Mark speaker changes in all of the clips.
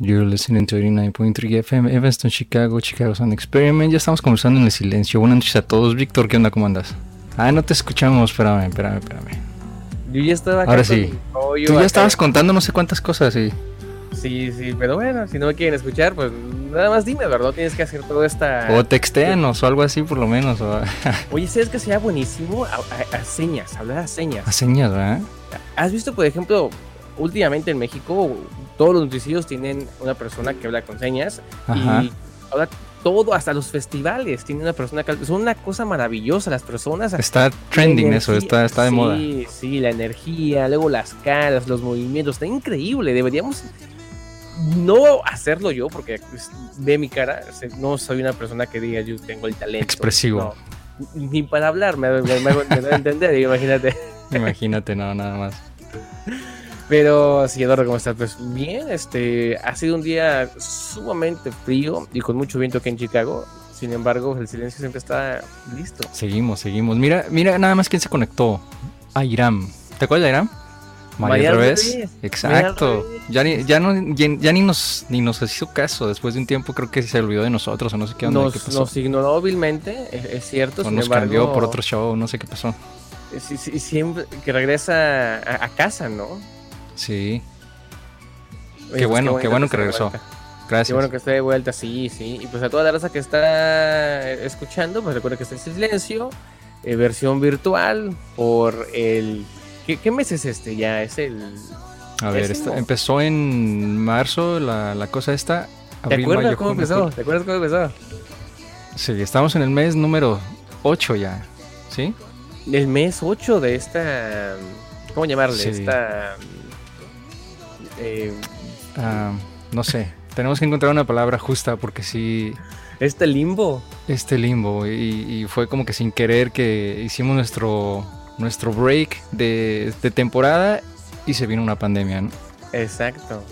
Speaker 1: You're listening to 89.3 FM, Evanston, Chicago, Chicago Sound Experiment. Ya estamos conversando en el silencio. Buenas noches a todos. Víctor, ¿qué onda? ¿Cómo andas? Ah, no te escuchamos. Espérame, espérame, espérame.
Speaker 2: Yo ya estaba acá
Speaker 1: Ahora
Speaker 2: con
Speaker 1: sí.
Speaker 2: mi rollo
Speaker 1: Tú ya
Speaker 2: acá.
Speaker 1: estabas contando no sé cuántas cosas y
Speaker 2: Sí, sí, pero bueno, si no me quieren escuchar, pues nada más dime, ¿verdad? Tienes que hacer toda esta...
Speaker 1: o texteanos o algo así por lo menos o a,
Speaker 2: Oye, ¿sabes que sería buenísimo? A, a- a señas, hablar a señas.
Speaker 1: a señas, ¿verdad?
Speaker 2: ¿Has visto, por ejemplo, últimamente en México todos los noticieros tienen una persona que habla con señas
Speaker 1: Ajá.
Speaker 2: y ahora todo, hasta los festivales, tiene una persona que... Son una cosa maravillosa las personas.
Speaker 1: Está trending eso, está
Speaker 2: energía-
Speaker 1: está de
Speaker 2: sí,
Speaker 1: moda.
Speaker 2: Sí, la energía, luego las caras, los movimientos, está increíble. Deberíamos no hacerlo yo, porque pues, de mi cara, se- no soy una persona que diga yo tengo el talento.
Speaker 1: Expresivo.
Speaker 2: no. Ni para hablar, me, me- me hago- me doy a entender, imagínate.
Speaker 1: Imagínate, no, nada más.
Speaker 2: Pero sí, Eduardo, ¿cómo estás? Pues bien, este, ha sido un día sumamente frío y con mucho viento aquí en Chicago. Sin embargo, el silencio siempre está listo.
Speaker 1: Seguimos, seguimos. Mira, mira nada más quién se conectó. Ah, Iram. ¿Te acuerdas de Iram?
Speaker 2: María
Speaker 1: María
Speaker 2: al
Speaker 1: Revés.
Speaker 2: revés.
Speaker 1: Exacto.
Speaker 2: María al revés.
Speaker 1: Ya ni, ya no, ya, ya ni nos ni nos hizo caso. Después de un tiempo creo que se olvidó de nosotros o no sé qué onda. ¿qué
Speaker 2: Nos,
Speaker 1: pasó?
Speaker 2: nos ignoró hábilmente, e, es, es cierto.
Speaker 1: o
Speaker 2: sin
Speaker 1: nos cambió
Speaker 2: embargo,
Speaker 1: por otro show, no sé qué pasó.
Speaker 2: Eh, Sí, sí, siempre que regresa a, a casa, ¿no?
Speaker 1: Sí,
Speaker 2: Oye, pues,
Speaker 1: bueno, qué bueno que
Speaker 2: esté de
Speaker 1: regresó.
Speaker 2: vuelta.
Speaker 1: gracias.
Speaker 2: Qué bueno que esté de vuelta, sí, sí. Y pues a toda la raza que está eh, escuchando, pues recuerda que está en silencio, eh, versión virtual, por el... ¿Qué, qué mes es este ya? Es el...
Speaker 1: A ver,
Speaker 2: décimo.
Speaker 1: esta- empezó en marzo la, la cosa esta.
Speaker 2: ¿Te
Speaker 1: abril,
Speaker 2: acuerdas
Speaker 1: mayo,
Speaker 2: cómo
Speaker 1: junio,
Speaker 2: empezó?
Speaker 1: julio.
Speaker 2: ¿Te acuerdas cómo empezó?
Speaker 1: Sí, estamos en el mes número 8 ya. ¿Sí?
Speaker 2: El mes 8 de esta... ¿Cómo llamarle?
Speaker 1: Sí.
Speaker 2: Esta... eh,
Speaker 1: Ah, no sé. Tenemos que encontrar una palabra justa porque sí,
Speaker 2: este limbo.
Speaker 1: este limbo y, y fue como que sin querer que hicimos nuestro nuestro break de, de temporada y se vino una pandemia, ¿no?
Speaker 2: Exacto,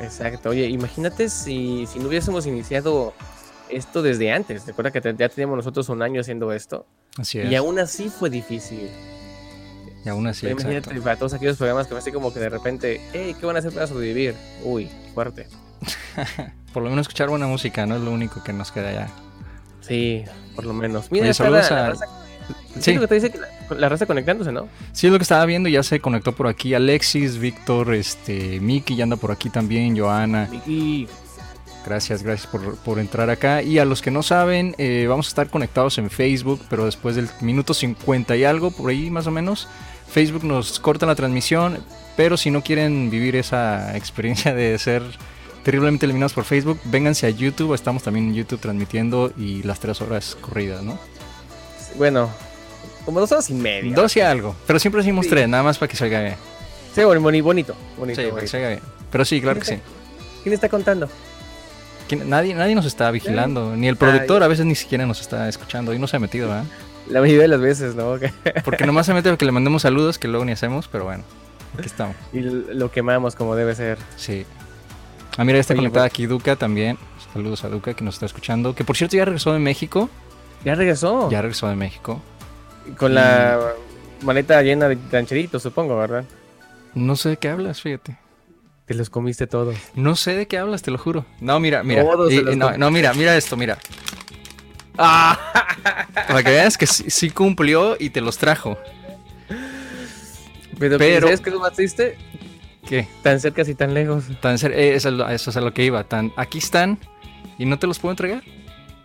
Speaker 2: exacto. Oye, imagínate si, si no hubiésemos iniciado esto desde antes. Recuerda que te- ya teníamos nosotros un año haciendo esto.
Speaker 1: Así es.
Speaker 2: Y aún así fue difícil.
Speaker 1: Y aún así,
Speaker 2: imagínate
Speaker 1: exacto.
Speaker 2: para todos aquellos programas que me hace como que de repente, hey, ¿qué van a hacer para sobrevivir? Uy, fuerte.
Speaker 1: Por lo menos escuchar buena música, ¿no? Es lo único que nos queda ya.
Speaker 2: Sí, por lo menos. Mira,
Speaker 1: Oye,
Speaker 2: está la,
Speaker 1: saludos
Speaker 2: la
Speaker 1: a-
Speaker 2: raza, sí,
Speaker 1: Sí,
Speaker 2: lo que te dice que la, la raza conectándose, ¿no?
Speaker 1: sí es lo que estaba viendo, ya se conectó por aquí Alexis, Víctor, este, Miki ya anda por aquí también, Joana.
Speaker 2: Miki,
Speaker 1: Gracias, gracias por, por entrar acá. Y a los que no saben, eh, vamos a estar conectados en Facebook, pero después del minuto 50 y algo, por ahí más o menos, Facebook nos corta la transmisión, pero si no quieren vivir esa experiencia de ser terriblemente eliminados por Facebook, vénganse a YouTube, estamos también en YouTube transmitiendo y las tres horas corridas, ¿no?
Speaker 2: Bueno, como dos horas y media.
Speaker 1: Dos y algo, pero siempre decimos
Speaker 2: Sí.
Speaker 1: tres, nada más para que salga bien.
Speaker 2: Sí, boni- boni- bonito, bonito.
Speaker 1: Sí, para que
Speaker 2: bonito.
Speaker 1: salga bien. Pero sí, claro que sí.
Speaker 2: ¿Quién está contando?
Speaker 1: ¿Quién- Nadie, nadie nos está vigilando, ni el productor a veces ni siquiera nos está escuchando y no se ha metido, ¿verdad?
Speaker 2: La mayoría de las veces, ¿no?
Speaker 1: Porque nomás se mete que le mandemos saludos que luego ni hacemos, pero bueno, aquí estamos.
Speaker 2: y lo quemamos como debe ser.
Speaker 1: Sí. Ah, mira, ya está
Speaker 2: Oye,
Speaker 1: conectada
Speaker 2: pues-
Speaker 1: aquí Duca también. Saludos a Duca que nos está escuchando. Que por cierto ya regresó de México.
Speaker 2: Ya regresó.
Speaker 1: Ya Mm. regresó de México.
Speaker 2: Con la maleta llena de rancheritos, supongo, ¿verdad?
Speaker 1: No sé de qué hablas, fíjate.
Speaker 2: Te los comiste todos.
Speaker 1: No sé de qué hablas, te lo juro. No, mira, mira.
Speaker 2: Todos se
Speaker 1: Y-
Speaker 2: los
Speaker 1: y no,
Speaker 2: comí.
Speaker 1: no, mira, mira esto, mira. Ah, Para que veas que sí, sí cumplió y te los trajo.
Speaker 2: Pero,
Speaker 1: Pero-
Speaker 2: ¿sabes qué es lo más triste?
Speaker 1: ¿Qué?
Speaker 2: Tan cerca y tan lejos.
Speaker 1: Tan ser- eh, eso, es lo- eso es a lo que iba. Tan, aquí están y no te los puedo entregar.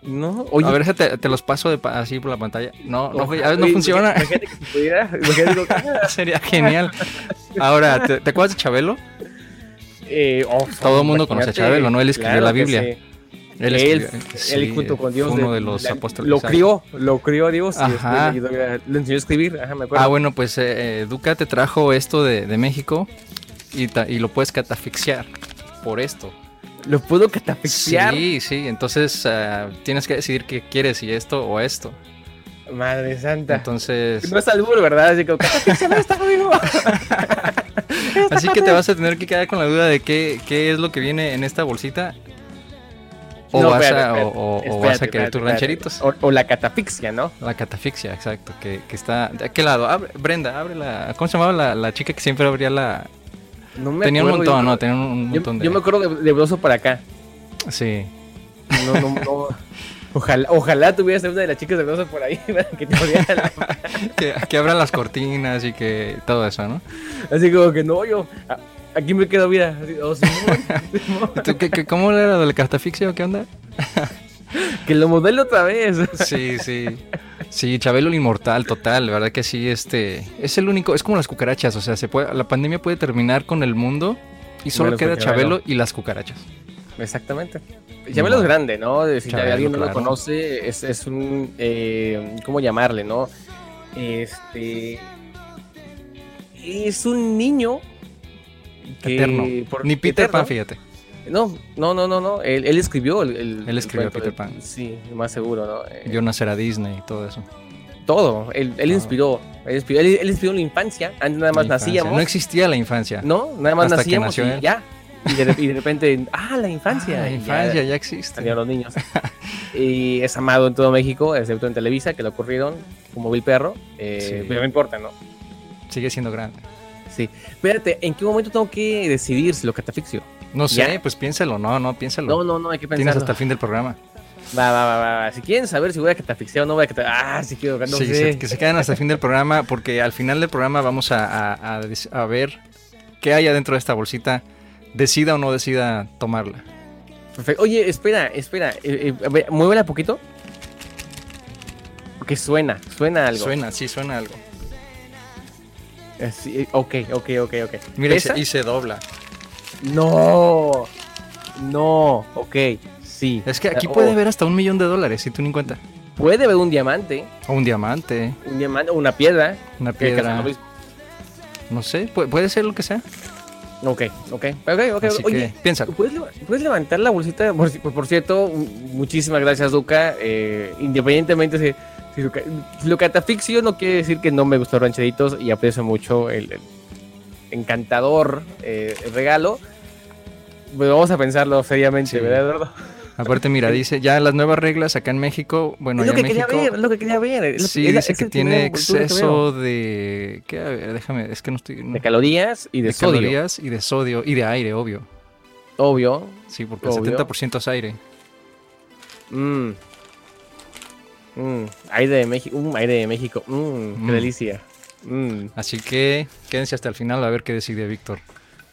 Speaker 2: No, oye.
Speaker 1: a ver, ese te, te los paso de pa- así por la pantalla. No, no,
Speaker 2: ojalá,
Speaker 1: a veces no
Speaker 2: oye,
Speaker 1: funciona.
Speaker 2: Imagínate que se pudiera. Imagínate lo que-
Speaker 1: Sería genial. Ahora, ¿te, te acuerdas de Chabelo?
Speaker 2: Eh, oh,
Speaker 1: Todo el mundo conoce a
Speaker 2: imagínate,
Speaker 1: Chávez, ¿no? Él escribió
Speaker 2: claro
Speaker 1: la
Speaker 2: que
Speaker 1: Biblia.
Speaker 2: sí. Él,
Speaker 1: escribió- eh,
Speaker 2: él
Speaker 1: sí,
Speaker 2: junto
Speaker 1: fue
Speaker 2: con Dios.
Speaker 1: uno
Speaker 2: le-
Speaker 1: de los
Speaker 2: la-
Speaker 1: apóstoles.
Speaker 2: Lo
Speaker 1: ¿sabes?
Speaker 2: crió, lo crió a Dios. y después
Speaker 1: Ajá.
Speaker 2: le ayudó a- le enseñó a escribir. Ajá, me acuerdo.
Speaker 1: Ah, bueno, pues eh, eh, Duca te trajo esto de, de México y, ta- y lo puedes catafixiar por esto.
Speaker 2: Lo pudo catafixiar.
Speaker 1: Sí, sí. Entonces ah, tienes que decidir qué quieres, si esto o esto.
Speaker 2: Madre santa.
Speaker 1: Entonces,
Speaker 2: No es albur, ¿verdad? Así que, "Catafixia, está vivo?
Speaker 1: así que te vas a tener que quedar con la duda de qué, qué es lo que viene en esta bolsita. O,
Speaker 2: No,
Speaker 1: vas,
Speaker 2: espérate,
Speaker 1: a, o-
Speaker 2: espérate,
Speaker 1: o- o
Speaker 2: espérate,
Speaker 1: vas a
Speaker 2: espérate,
Speaker 1: querer tus
Speaker 2: espérate.
Speaker 1: rancheritos.
Speaker 2: O, o la catafixia, ¿no?
Speaker 1: La catafixia, exacto, que, que está... ¿De qué lado? Abre- Brenda, abre la... ¿Cómo se llamaba la, la chica que siempre abría la,
Speaker 2: No me
Speaker 1: Tenía un
Speaker 2: acuerdo, yo-
Speaker 1: montón, no, tenía un- un
Speaker 2: yo-
Speaker 1: montón de.
Speaker 2: Yo me acuerdo de, de Broso para acá.
Speaker 1: Sí.
Speaker 2: No, no, no. Ojalá, ojalá tuvieras una de las chicas de Broso por ahí para que te odiara la-
Speaker 1: Que, que abran las cortinas y que todo eso, ¿no?
Speaker 2: Así como que no, yo. a- Aquí me quedo, mira. así, oh, Simón, Simón.
Speaker 1: ¿Tú qué- qué- ¿Cómo era lo del cartafixio? ¿Qué onda?
Speaker 2: que lo modelo otra vez.
Speaker 1: Sí, sí. Sí, Chabelo el inmortal, total, la verdad que sí, este, es el único, es como las cucarachas, o sea, se puede, la pandemia puede terminar con el mundo y solo
Speaker 2: Menos
Speaker 1: queda
Speaker 2: con Chabelo.
Speaker 1: Chabelo y las cucarachas.
Speaker 2: Exactamente. Llamelo es grande, ¿no? Si
Speaker 1: Chabelo,
Speaker 2: alguien no
Speaker 1: claro.
Speaker 2: lo conoce, es, es un. eh, ¿Cómo llamarle, no? Este. Es un niño. que-
Speaker 1: Eterno.
Speaker 2: por-
Speaker 1: Ni Peter
Speaker 2: eterno.
Speaker 1: Pan, fíjate.
Speaker 2: No, no, no, no, no. Él, él escribió el, el-
Speaker 1: Él escribió
Speaker 2: el cuento
Speaker 1: Peter
Speaker 2: de-
Speaker 1: Pan.
Speaker 2: Sí, más seguro, ¿no? Eh,
Speaker 1: Yo nacerá Disney y todo eso.
Speaker 2: Todo. Él, él
Speaker 1: Ah.
Speaker 2: inspiró. Él inspiró, él- él inspiró la infancia. Antes nada más
Speaker 1: La infancia.
Speaker 2: nacíamos.
Speaker 1: No existía la infancia.
Speaker 2: No, nada más
Speaker 1: Hasta que
Speaker 2: nacíamos
Speaker 1: nació
Speaker 2: y
Speaker 1: él.
Speaker 2: ya. Y de, y de repente, ah, la infancia.
Speaker 1: Ah, la
Speaker 2: y ya
Speaker 1: infancia ya existe.
Speaker 2: salieron los niños. y es amado en todo México, excepto en Televisa, que lo ocurrieron como Bill Perro. eh,
Speaker 1: Sí.
Speaker 2: Pero no importa, ¿no?
Speaker 1: Sigue siendo grande.
Speaker 2: Sí. Espérate, ¿en qué momento tengo que decidir si lo catafixio?
Speaker 1: No sé,
Speaker 2: Ya.
Speaker 1: pues piénsalo, no, no, piénsalo.
Speaker 2: No, no, no, hay que
Speaker 1: Tienes
Speaker 2: pensar.
Speaker 1: hasta el fin del programa.
Speaker 2: Va, va, va, va, va. Si quieren saber si voy a catafixiar o no voy a catafixiar. Ah, si quiero, no
Speaker 1: Sí,
Speaker 2: sé.
Speaker 1: se- que se queden hasta el fin del programa, porque al final del programa vamos a, a- a des- a ver qué hay adentro de esta bolsita. Decida o no decida tomarla.
Speaker 2: Perfecto. Oye, espera, espera. eh, eh, a ver, muévela poquito. Porque suena, suena algo.
Speaker 1: Suena, sí, suena algo.
Speaker 2: Eh, sí, eh, ok, ok, ok, ok.
Speaker 1: Mira, y
Speaker 2: ¿Esa?
Speaker 1: se, y se dobla.
Speaker 2: No. No. Ok, sí.
Speaker 1: Es que aquí
Speaker 2: Oh,
Speaker 1: puede haber hasta un millón de dólares, si tú ni en cuenta.
Speaker 2: Puede haber un diamante.
Speaker 1: O un diamante,
Speaker 2: un diamante o una piedra.
Speaker 1: una
Speaker 2: que
Speaker 1: piedra.
Speaker 2: cazan lo mismo.
Speaker 1: No sé, pu- puede ser lo que sea.
Speaker 2: Ok, ok, ok, ok.
Speaker 1: Así
Speaker 2: Oye,
Speaker 1: que piénsalo.
Speaker 2: ¿puedes, leva- puedes levantar la bolsita? Por, ci- por- por cierto, m- muchísimas gracias, Duca. Eh, independientemente si, si lo ca- si lo catafixio no quiere decir que no me gustó rancheritos y aprecio mucho el, el encantador eh, regalo. Pero vamos a pensarlo seriamente,
Speaker 1: Sí.
Speaker 2: ¿verdad, Eduardo?
Speaker 1: Aparte, mira, dice ya las nuevas reglas acá en México. Bueno,
Speaker 2: es lo
Speaker 1: allá
Speaker 2: que
Speaker 1: en México.
Speaker 2: quería ver, es lo que quería ver. es lo-
Speaker 1: Sí,
Speaker 2: es la-
Speaker 1: dice
Speaker 2: es
Speaker 1: que
Speaker 2: el
Speaker 1: tiene
Speaker 2: primer cultura que veo.
Speaker 1: exceso de. ¿Qué? A ver, déjame, es que no estoy. no-
Speaker 2: de calorías y de,
Speaker 1: de
Speaker 2: sodio,
Speaker 1: calorías y de sodio y de aire, obvio.
Speaker 2: obvio.
Speaker 1: Sí, porque
Speaker 2: Obvio.
Speaker 1: el 70% es aire.
Speaker 2: Mmm. Mmm. Aire de México. Mmm, aire de México. Mmm,
Speaker 1: Mm.
Speaker 2: qué delicia. Mmm.
Speaker 1: Así que quédense hasta el final a ver qué decide Víctor.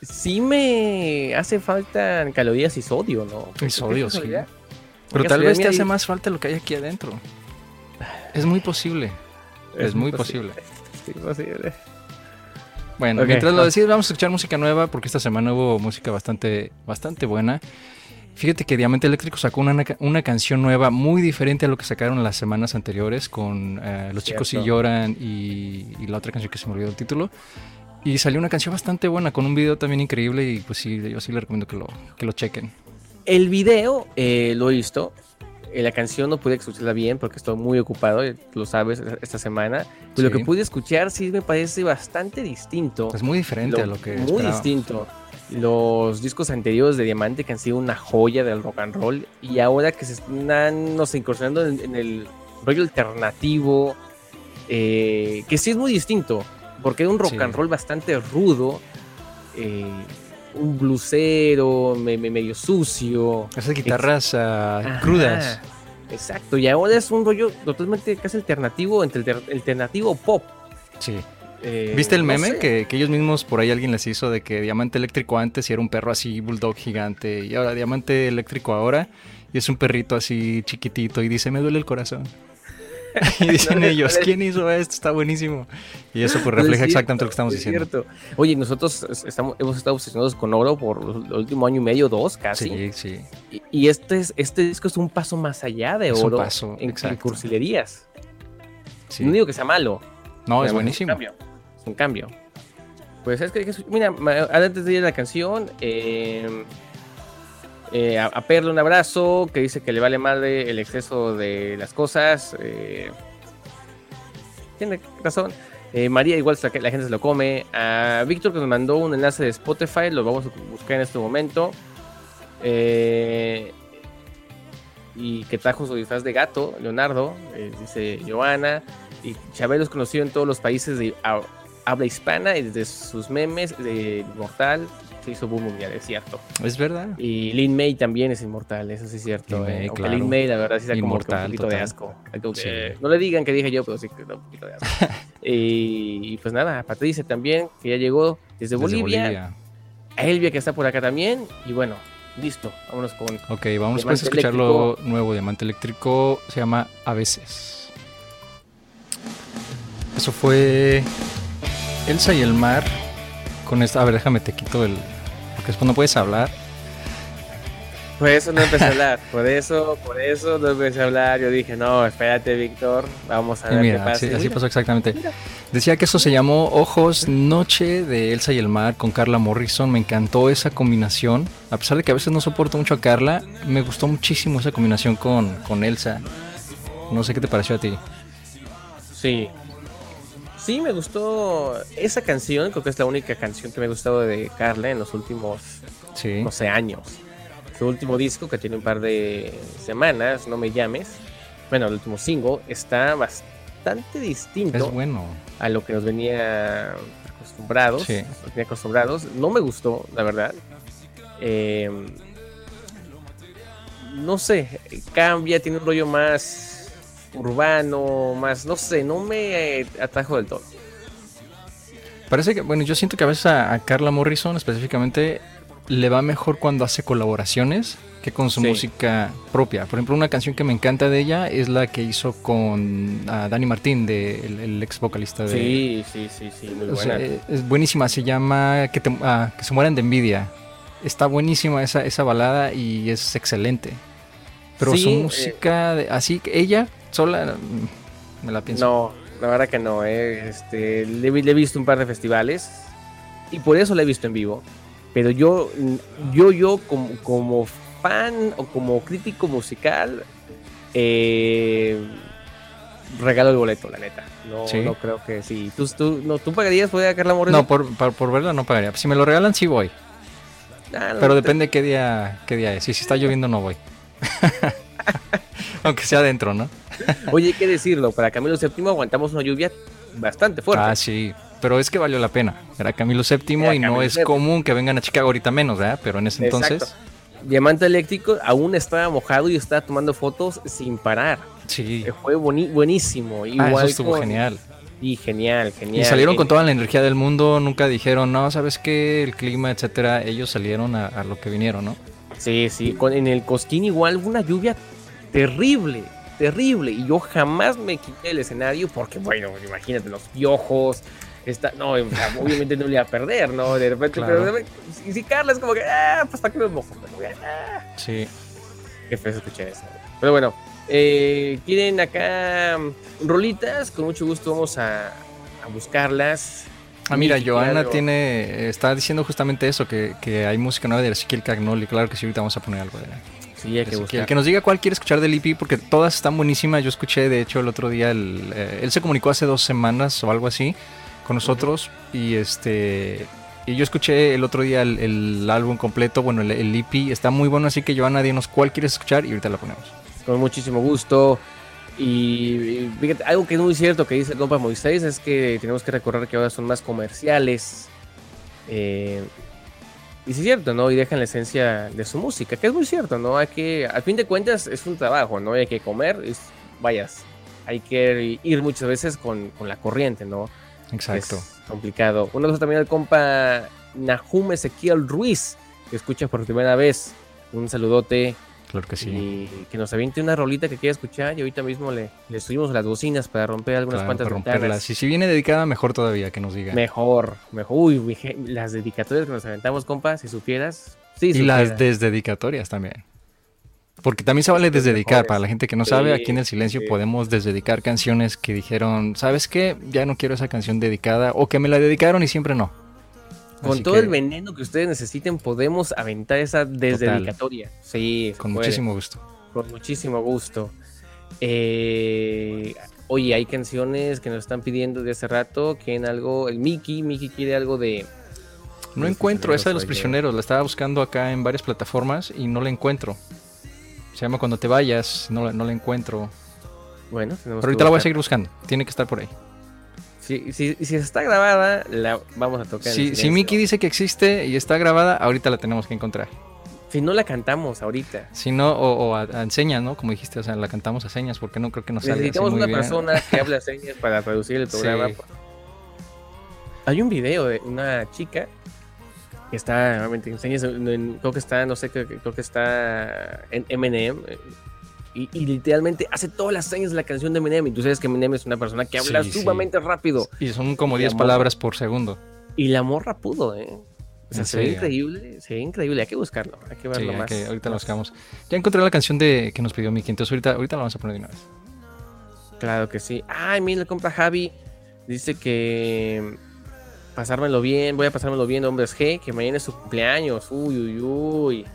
Speaker 2: Sí me hace falta calorías y sodio, ¿no?
Speaker 1: Y sodio,
Speaker 2: ¿Qué
Speaker 1: sí.
Speaker 2: casualidad?
Speaker 1: Pero
Speaker 2: Qué
Speaker 1: tal vez
Speaker 2: casualidad,
Speaker 1: te
Speaker 2: mira,
Speaker 1: hace
Speaker 2: y-
Speaker 1: más falta lo que hay aquí adentro. Es muy posible. Es, muy posible.
Speaker 2: Sí, posible.
Speaker 1: Bueno,
Speaker 2: Ok,
Speaker 1: mientras lo
Speaker 2: ah.
Speaker 1: decides, vamos a escuchar música nueva porque esta semana hubo música bastante, bastante buena. Fíjate que Diamante Eléctrico sacó una, ca- una canción nueva muy diferente a lo que sacaron las semanas anteriores con eh, Los chicos sí
Speaker 2: Cierto.
Speaker 1: lloran y, y la otra canción que se me olvidó el título. Y salió una canción bastante buena con un video también increíble y pues sí, yo sí le recomiendo que lo, que lo chequen.
Speaker 2: El video eh, lo he visto. Eh, la canción no pude escucharla bien porque estoy muy ocupado, eh, lo sabes, esta semana. Pero Lo
Speaker 1: Sí.
Speaker 2: que pude escuchar sí me parece bastante distinto.
Speaker 1: Es muy diferente
Speaker 2: Lo-
Speaker 1: a lo que
Speaker 2: Muy
Speaker 1: esperaba.
Speaker 2: distinto. Los discos anteriores de Diamante que han sido una joya del rock and roll y ahora que se están, no sé, incursionando en, en el rollo alternativo, eh, que sí es muy distinto, porque era un rock
Speaker 1: Sí.
Speaker 2: and roll bastante rudo, eh, un blusero, me- me- medio sucio.
Speaker 1: Esas guitarras ah,
Speaker 2: Ajá.
Speaker 1: crudas.
Speaker 2: Exacto, y ahora es un rollo totalmente casi alternativo, entre alter- alternativo pop.
Speaker 1: Sí.
Speaker 2: eh,
Speaker 1: ¿Viste el
Speaker 2: no
Speaker 1: meme
Speaker 2: sé.
Speaker 1: que, que ellos mismos por ahí alguien les hizo de que Diamante Eléctrico antes y era un perro así, bulldog gigante, y ahora Diamante Eléctrico ahora y es un perrito así chiquitito y dice, me duele el corazón? Y dicen
Speaker 2: No, no
Speaker 1: ellos,
Speaker 2: es-
Speaker 1: ¿quién hizo esto? Está buenísimo. Y eso pues
Speaker 2: No es
Speaker 1: refleja
Speaker 2: cierto,
Speaker 1: exactamente lo que estamos
Speaker 2: es
Speaker 1: diciendo.
Speaker 2: cierto. Oye, nosotros es- estamos, hemos estado obsesionados con oro por el último año y medio, dos casi.
Speaker 1: Sí, sí.
Speaker 2: Y, y este, es, este disco es un paso más allá de
Speaker 1: Es un
Speaker 2: oro
Speaker 1: paso,
Speaker 2: en, en
Speaker 1: exacto.
Speaker 2: cursilerías.
Speaker 1: sí.
Speaker 2: No digo que sea malo.
Speaker 1: No, es
Speaker 2: nada más
Speaker 1: buenísimo.
Speaker 2: un cambio, Es un cambio. Pues es que, que es- mira, ma- antes de ir a la canción, eh, eh, a, a Perla un abrazo, que dice que le vale madre el exceso de las cosas. eh, tiene razón. Eh, María, igual sa- que la gente se lo come. A Víctor, que nos mandó un enlace de Spotify, lo vamos a buscar en este momento. Eh, y que trajo su disfraz de gato, Leonardo, eh, dice Joana. Y Chabelo es conocido en todos los países de Au- habla hispana y desde sus memes de Inmortal se hizo boom mundial, es cierto.
Speaker 1: Es verdad.
Speaker 2: Y Lin May también es inmortal, eso sí es cierto.
Speaker 1: Lin May,
Speaker 2: eh. Aunque
Speaker 1: claro.
Speaker 2: Lin May, la verdad, sí da como que un
Speaker 1: Inmortal,
Speaker 2: poquito de
Speaker 1: total.
Speaker 2: asco. Como que,
Speaker 1: Sí.
Speaker 2: eh, No le digan que dije yo, pero sí que da un poquito de asco. y, y pues nada, Patricia también, que ya llegó
Speaker 1: Desde
Speaker 2: desde, Bolivia, A Elvia, que está por acá también. Y bueno, listo, vámonos con.
Speaker 1: Ok, vamos
Speaker 2: Diamante
Speaker 1: pues a escuchar lo nuevo. Diamante Eléctrico se llama A veces. Eso fue Elsa y el mar. Con esta, a ver, déjame te quito el. Porque después no puedes hablar.
Speaker 2: Por eso no empecé a hablar, por eso, por eso no empecé a hablar. Yo dije, no, espérate, Víctor, vamos a
Speaker 1: Y
Speaker 2: ver qué
Speaker 1: Eh, mira,
Speaker 2: pasa.
Speaker 1: así,
Speaker 2: Y
Speaker 1: así
Speaker 2: mira,
Speaker 1: pasó exactamente. Decía que eso se llamó Ojos Noche de Elsa y el Mar con Carla Morrison. Me encantó esa combinación. A pesar de que a veces no soporto mucho a Carla, me gustó muchísimo esa combinación con, con Elsa. No sé qué te pareció a ti.
Speaker 2: Sí. Sí, me gustó esa canción, creo que es la única canción que me ha gustado de Carla en los últimos,
Speaker 1: Sí.
Speaker 2: no sé, años. Su último disco, que tiene un par de semanas, No Me Llames, bueno, el último single, está bastante distinto.
Speaker 1: Es bueno.
Speaker 2: a lo que nos venía acostumbrados.
Speaker 1: Sí.
Speaker 2: nos venía acostumbrados. No me gustó, la verdad. Eh, no sé, cambia, tiene un rollo más urbano, más, no sé, no me atajo del todo.
Speaker 1: Parece que, bueno, yo siento que a veces a, a Carla Morrison específicamente le va mejor cuando hace colaboraciones que con su
Speaker 2: Sí.
Speaker 1: música propia. Por ejemplo, una canción que me encanta de ella es la que hizo con ah, Dani Martín, de, el, el ex vocalista de...
Speaker 2: Sí, sí, sí, sí, muy
Speaker 1: O sea,
Speaker 2: buena.
Speaker 1: eh, es buenísima, se llama que, te- ah, que se mueran de envidia. Está buenísima esa, esa balada y es excelente. Pero
Speaker 2: Sí,
Speaker 1: su
Speaker 2: eh.
Speaker 1: música, de- así que ella sola, mm, me la pienso.
Speaker 2: No, la verdad que no. eh. Este, le, vi- le he visto un par de festivales y por eso la he visto en vivo. Pero yo, yo, yo como, como fan o como crítico musical, eh, regalo el boleto, la neta. No,
Speaker 1: Sí.
Speaker 2: no creo que sí. ¿Tú, tú, no, ¿tú pagarías por ir a Carla Moreno?
Speaker 1: No, por, por, por verla no pagaría. Si me lo regalan, sí voy.
Speaker 2: Ah, no,
Speaker 1: pues, Pero
Speaker 2: te-
Speaker 1: depende qué día, qué día es. Y si está lloviendo, no voy. Aunque sea adentro, ¿no?
Speaker 2: Oye, hay que decirlo, para Camilo VII aguantamos una lluvia bastante fuerte.
Speaker 1: Ah, sí. Pero es que valió la pena. Era Camilo VII
Speaker 2: Era
Speaker 1: y no
Speaker 2: Camilo
Speaker 1: es
Speaker 2: VII.
Speaker 1: común que vengan a Chicago ahorita menos, ¿verdad? Pero en ese
Speaker 2: Exacto.
Speaker 1: entonces,
Speaker 2: Diamante Eléctrico aún estaba mojado y estaba tomando fotos sin parar.
Speaker 1: sí.
Speaker 2: Eh, Fue boni- buenísimo.
Speaker 1: Ah,
Speaker 2: Igual
Speaker 1: eso estuvo
Speaker 2: con-
Speaker 1: genial.
Speaker 2: Y genial, genial. Eh,
Speaker 1: Y salieron con
Speaker 2: genial.
Speaker 1: toda la energía del mundo, nunca dijeron, no, sabes qué, el clima, etcétera. Ellos salieron a, a lo que vinieron, ¿no?
Speaker 2: Sí, sí. con- en el Cosquín igual hubo una lluvia terrible, terrible. Y yo jamás me quité del escenario porque, bueno, imagínate, los piojos. Está, no, o sea, obviamente no le iba a perder, ¿no? De repente,
Speaker 1: Claro.
Speaker 2: pero de repente- y si Carla es como que, ah, pues para qué me mojo. Pero, ah,
Speaker 1: Sí.
Speaker 2: qué feo escuchar eso. Pero bueno, eh, quieren acá mm, rolitas, con mucho gusto vamos a, a buscarlas.
Speaker 1: Ah, mira,
Speaker 2: Sí,
Speaker 1: Joana
Speaker 2: claro.
Speaker 1: tiene, está diciendo justamente eso, que, que hay música nueva de Ezequiel Cagnoli. Claro que sí, ahorita vamos a poner algo de
Speaker 2: Sí, hay que
Speaker 1: Ezequiel.
Speaker 2: buscar.
Speaker 1: Que nos diga cuál quiere escuchar del EP, porque todas están buenísimas. Yo escuché, de hecho, el otro día, el, eh, él se comunicó hace dos semanas o algo así con nosotros y este... Y yo escuché el otro día el, el álbum completo, bueno, el, el EP está muy bueno, así que Joana, dinos cuál quieres escuchar y ahorita la ponemos.
Speaker 2: con muchísimo gusto. Y, y fíjate, algo que es muy cierto que dice el compa Moisés es que tenemos que recordar que ahora son más comerciales. Eh, y sí es cierto, ¿no? Y dejan la esencia de su música, que es muy cierto, ¿no? Hay que, al fin de cuentas, es un trabajo, ¿no? Y Hay que comer, es, vayas, hay que ir muchas veces con, con la corriente, ¿no?
Speaker 1: Exacto.
Speaker 2: Es complicado. Una cosa también al compa Nahum Ezequiel Ruiz, que escucha por primera vez. Un saludote.
Speaker 1: Claro que sí.
Speaker 2: Pues, Y que nos aviente una rolita que quiera escuchar y ahorita mismo le, le subimos las bocinas para romper algunas
Speaker 1: Claro,
Speaker 2: cuantas
Speaker 1: para romperla.
Speaker 2: ventanas.
Speaker 1: Si, si viene dedicada, mejor todavía que nos diga.
Speaker 2: Mejor, mejor. Uy, mi je- las dedicatorias que nos aventamos, compa, si supieras. Sí,
Speaker 1: y
Speaker 2: supieras.
Speaker 1: las desdedicatorias también. Porque también se vale desdedicar. Para la gente que no sabe,
Speaker 2: Sí,
Speaker 1: aquí en el silencio
Speaker 2: sí.
Speaker 1: podemos desdedicar canciones que dijeron, ¿sabes qué? Ya no quiero esa canción dedicada. O que me la dedicaron y siempre no.
Speaker 2: Con
Speaker 1: Así
Speaker 2: todo
Speaker 1: que,
Speaker 2: el veneno que ustedes necesiten, podemos aventar esa desdedicatoria. Sí, se
Speaker 1: Con
Speaker 2: puede,
Speaker 1: muchísimo gusto.
Speaker 2: con muchísimo gusto. Eh, oye, hay canciones que nos están pidiendo de hace rato. Quieren algo. El Mickey, Mickey quiere algo de.
Speaker 1: No
Speaker 2: Los
Speaker 1: encuentro esa de los
Speaker 2: Prisioneros eh.
Speaker 1: prisioneros. La estaba buscando acá en varias plataformas y no la encuentro. Se llama Cuando te vayas. No la, no la encuentro.
Speaker 2: Bueno, tenemos
Speaker 1: Pero
Speaker 2: que
Speaker 1: ahorita la voy a
Speaker 2: buscar.
Speaker 1: seguir buscando. Tiene que estar por ahí.
Speaker 2: Si, si, si está grabada, la vamos a tocar. en
Speaker 1: Si,
Speaker 2: el
Speaker 1: si
Speaker 2: silencio.
Speaker 1: Mickey dice que existe y está grabada, ahorita la tenemos que encontrar.
Speaker 2: Si no la cantamos ahorita.
Speaker 1: Si no, o, o a, a señas, ¿no? Como dijiste, o sea, la cantamos a señas porque no creo que nos salga así
Speaker 2: Necesitamos
Speaker 1: muy
Speaker 2: una
Speaker 1: bien.
Speaker 2: persona que hable a señas para traducir el programa.
Speaker 1: Sí.
Speaker 2: Hay un video de una chica que está realmente en señas. en- en- creo que está, no sé, creo, que- creo que está en Eminem. eh, Y, y literalmente hace todas las señas de la canción de Eminem. Y tú sabes que Eminem es una persona que habla
Speaker 1: Sí, sí.
Speaker 2: sumamente rápido.
Speaker 1: Y son como
Speaker 2: Mi
Speaker 1: 10
Speaker 2: amor.
Speaker 1: palabras por segundo.
Speaker 2: Y la morra pudo, ¿eh? O sea,
Speaker 1: ¿En
Speaker 2: se ve
Speaker 1: serio?
Speaker 2: increíble, se ve increíble. Hay que buscarlo, hay que
Speaker 1: Sí,
Speaker 2: verlo
Speaker 1: hay
Speaker 2: más.
Speaker 1: que- ahorita la
Speaker 2: más.
Speaker 1: buscamos. Ya encontré la canción de que nos pidió Mickey, entonces ahorita, ahorita la vamos a poner de una vez.
Speaker 2: Claro que sí. Ay, mira, el compa Javi dice que pasármelo bien, voy a pasármelo bien, hombres G, que mañana es su cumpleaños. Uy, uy, uy.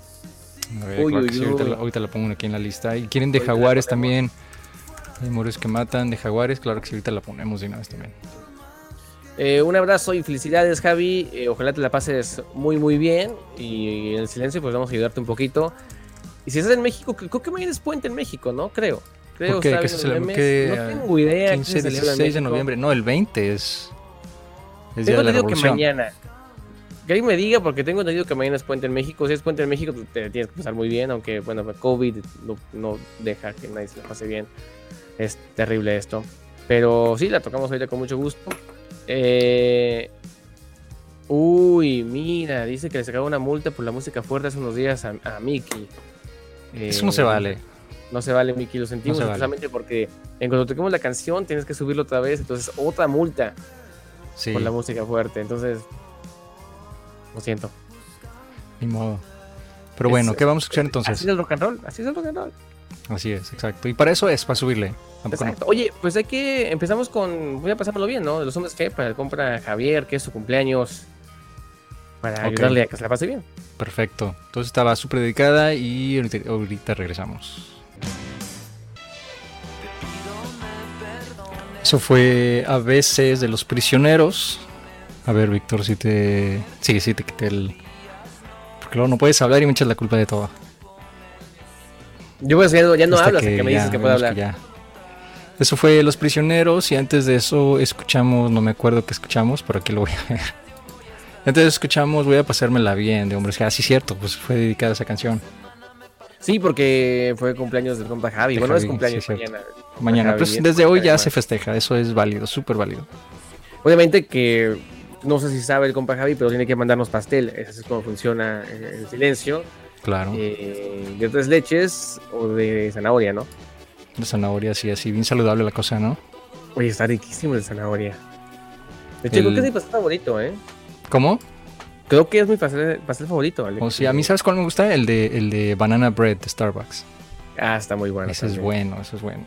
Speaker 1: A ver,
Speaker 2: Uy,
Speaker 1: claro
Speaker 2: uy,
Speaker 1: que sí, ahorita,
Speaker 2: uy.
Speaker 1: la, ahorita la pongo aquí en la lista. Y quieren de
Speaker 2: Ahorita la
Speaker 1: jaguares también.
Speaker 2: ponemos.
Speaker 1: Hay muros que matan, de jaguares, claro que sí, ahorita la ponemos de una vez también.
Speaker 2: Eh, un abrazo y felicidades, Javi. Eh, ojalá te la pases muy, muy bien. Y en el silencio, pues vamos a ayudarte un poquito. Y si estás en México, que- creo que mañana es puente en México, ¿no? Creo. Creo
Speaker 1: ¿Por qué?
Speaker 2: estaba
Speaker 1: ¿Qué se
Speaker 2: viendo
Speaker 1: celebra?
Speaker 2: memes.
Speaker 1: ¿Qué,
Speaker 2: No
Speaker 1: eh,
Speaker 2: tengo idea. qué se
Speaker 1: 15,
Speaker 2: celebra en
Speaker 1: 16 de
Speaker 2: México.
Speaker 1: noviembre. No, el 20 es. Es día
Speaker 2: Tengo
Speaker 1: de la
Speaker 2: entendido que
Speaker 1: revolución.
Speaker 2: mañana. Que alguien me diga, porque tengo entendido que mañana es puente en México. Si es puente en México, te- te tienes que pasar muy bien, aunque, bueno, COVID no, no deja que nadie se la pase bien. Es terrible esto. Pero sí, la tocamos ahorita con mucho gusto. Eh, uy, mira, dice que le sacaba una multa por la música fuerte hace unos días a, a Mickey. Eh,
Speaker 1: Eso no se vale.
Speaker 2: No se vale, Mickey, lo sentimos
Speaker 1: vale.
Speaker 2: solamente porque en cuanto toquemos la canción tienes que subirlo otra vez, entonces otra multa
Speaker 1: Sí,
Speaker 2: por la música fuerte. Entonces, lo siento.
Speaker 1: ni modo. Pero bueno,
Speaker 2: Es-
Speaker 1: ¿qué vamos a escuchar
Speaker 2: así
Speaker 1: entonces?
Speaker 2: es el rock and roll, así es el rock and roll.
Speaker 1: Así es, exacto. Y para eso es, para subirle. Ah, Tampoco no.
Speaker 2: Exacto. Oye, pues hay que empezamos con, voy a pasármelo bien, ¿no? De los hombres que para el compra Javier, que es su cumpleaños, para
Speaker 1: Ok.
Speaker 2: ayudarle a que se la pase bien.
Speaker 1: Perfecto. Entonces estaba súper dedicada y ahorita, ahorita regresamos. Eso fue a veces de los prisioneros. A ver, Víctor, si te. Sí, sí, te quité el. Porque luego no puedes hablar y me echas la culpa de todo.
Speaker 2: Yo voy a decir, ya no
Speaker 1: Hasta
Speaker 2: hablas, que, me dices
Speaker 1: ya
Speaker 2: que puedo
Speaker 1: vemos
Speaker 2: hablar.
Speaker 1: Este que ya. Eso fue Los Prisioneros y antes de eso escuchamos, no me acuerdo qué escuchamos, pero aquí lo voy a ver. Antes de eso escuchamos Voy a pasármela bien de Hombres G. Ah, sí, cierto, pues fue dedicada a esa canción.
Speaker 2: Sí, porque fue cumpleaños del compa Javi.
Speaker 1: De
Speaker 2: bueno, es
Speaker 1: Javi,
Speaker 2: cumpleaños
Speaker 1: sí, es cierto.
Speaker 2: mañana.
Speaker 1: Mañana,
Speaker 2: Javi,
Speaker 1: pues
Speaker 2: es
Speaker 1: desde
Speaker 2: por
Speaker 1: hoy
Speaker 2: Javi,
Speaker 1: ya
Speaker 2: ¿no?
Speaker 1: se festeja, eso es válido, súper válido.
Speaker 2: Obviamente que no sé si sabe el compa Javi, pero tiene que mandarnos pastel. Eso es como funciona eh, el silencio.
Speaker 1: Claro,
Speaker 2: eh, de tres leches o de zanahoria, ¿no?
Speaker 1: de zanahoria, así, así, bien saludable la cosa, ¿no?
Speaker 2: Oye, está riquísimo el zanahoria. De hecho,
Speaker 1: El-
Speaker 2: creo que es mi pastel favorito, ¿eh?
Speaker 1: ¿Cómo?
Speaker 2: Creo que es mi pastel, pastel favorito. el de-
Speaker 1: O sea, Oh, a mí, ¿sabes cuál me gusta? El de, el de Banana Bread de Starbucks.
Speaker 2: Ah, está muy bueno.
Speaker 1: Ese es
Speaker 2: también.
Speaker 1: bueno, eso es bueno.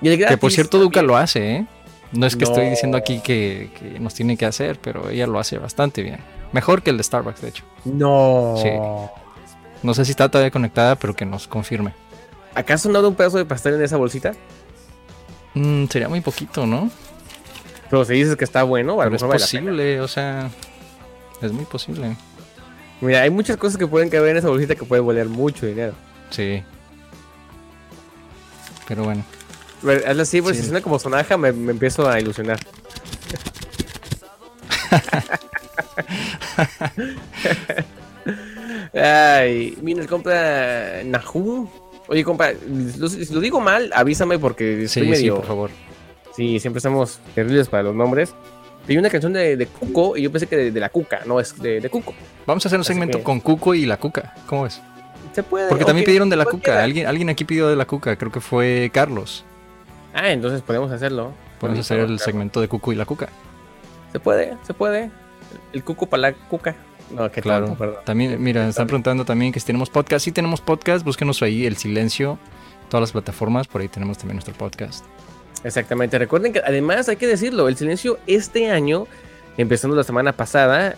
Speaker 2: Y el
Speaker 1: Que por
Speaker 2: gratis
Speaker 1: cierto,
Speaker 2: también.
Speaker 1: Duca lo hace, ¿eh? No es que estoy
Speaker 2: No.
Speaker 1: diciendo aquí que, que nos tiene que hacer, pero ella lo hace bastante bien. Mejor que el de Starbucks, de hecho.
Speaker 2: No.
Speaker 1: No sé si está todavía conectada, pero que nos confirme.
Speaker 2: ¿Acaso no da un pedazo de pastel en esa bolsita?
Speaker 1: Mm, sería muy poquito, ¿no?
Speaker 2: Pero si dices que está bueno, a lo
Speaker 1: Pero es
Speaker 2: mejor vale la pena.
Speaker 1: posible, o sea. Es muy posible.
Speaker 2: Mira, hay muchas cosas que pueden caber en esa bolsita que pueden valer mucho dinero.
Speaker 1: Sí. Pero bueno.
Speaker 2: A ver, Hazla así, porque
Speaker 1: Sí.
Speaker 2: si suena como sonaja, me, me empiezo a ilusionar. Ay, mira, el compa Nahu. Oye, compa, lo- si lo digo mal, avísame porque
Speaker 1: Sí,
Speaker 2: estoy
Speaker 1: sí,
Speaker 2: medio.
Speaker 1: por favor.
Speaker 2: Sí, siempre estamos terribles para los nombres. Hay una canción de, de Cuco y yo pensé que de, de la Cuca, no, es de, de Cuco.
Speaker 1: Vamos a hacer un
Speaker 2: Así
Speaker 1: segmento
Speaker 2: que-
Speaker 1: con Cuco y la Cuca. ¿Cómo ves?
Speaker 2: Se puede.
Speaker 1: Porque también
Speaker 2: ok,
Speaker 1: pidieron de la
Speaker 2: cualquiera.
Speaker 1: Cuca. Alguien, alguien aquí pidió de la Cuca. Creo que fue Carlos.
Speaker 2: Ah, entonces podemos hacerlo.
Speaker 1: Podemos hacer el segmento de Cuco y la Cuca.
Speaker 2: Se puede, se puede. El cuco para la cuca. No, que
Speaker 1: Claro.
Speaker 2: claro. perdón.
Speaker 1: También, mira, están preguntando también que si tenemos podcast. Sí tenemos podcast, búsquenos ahí, El Silencio, todas las plataformas, por ahí tenemos también nuestro podcast.
Speaker 2: Exactamente. Recuerden que además hay que decirlo, el silencio este año, empezando la semana pasada,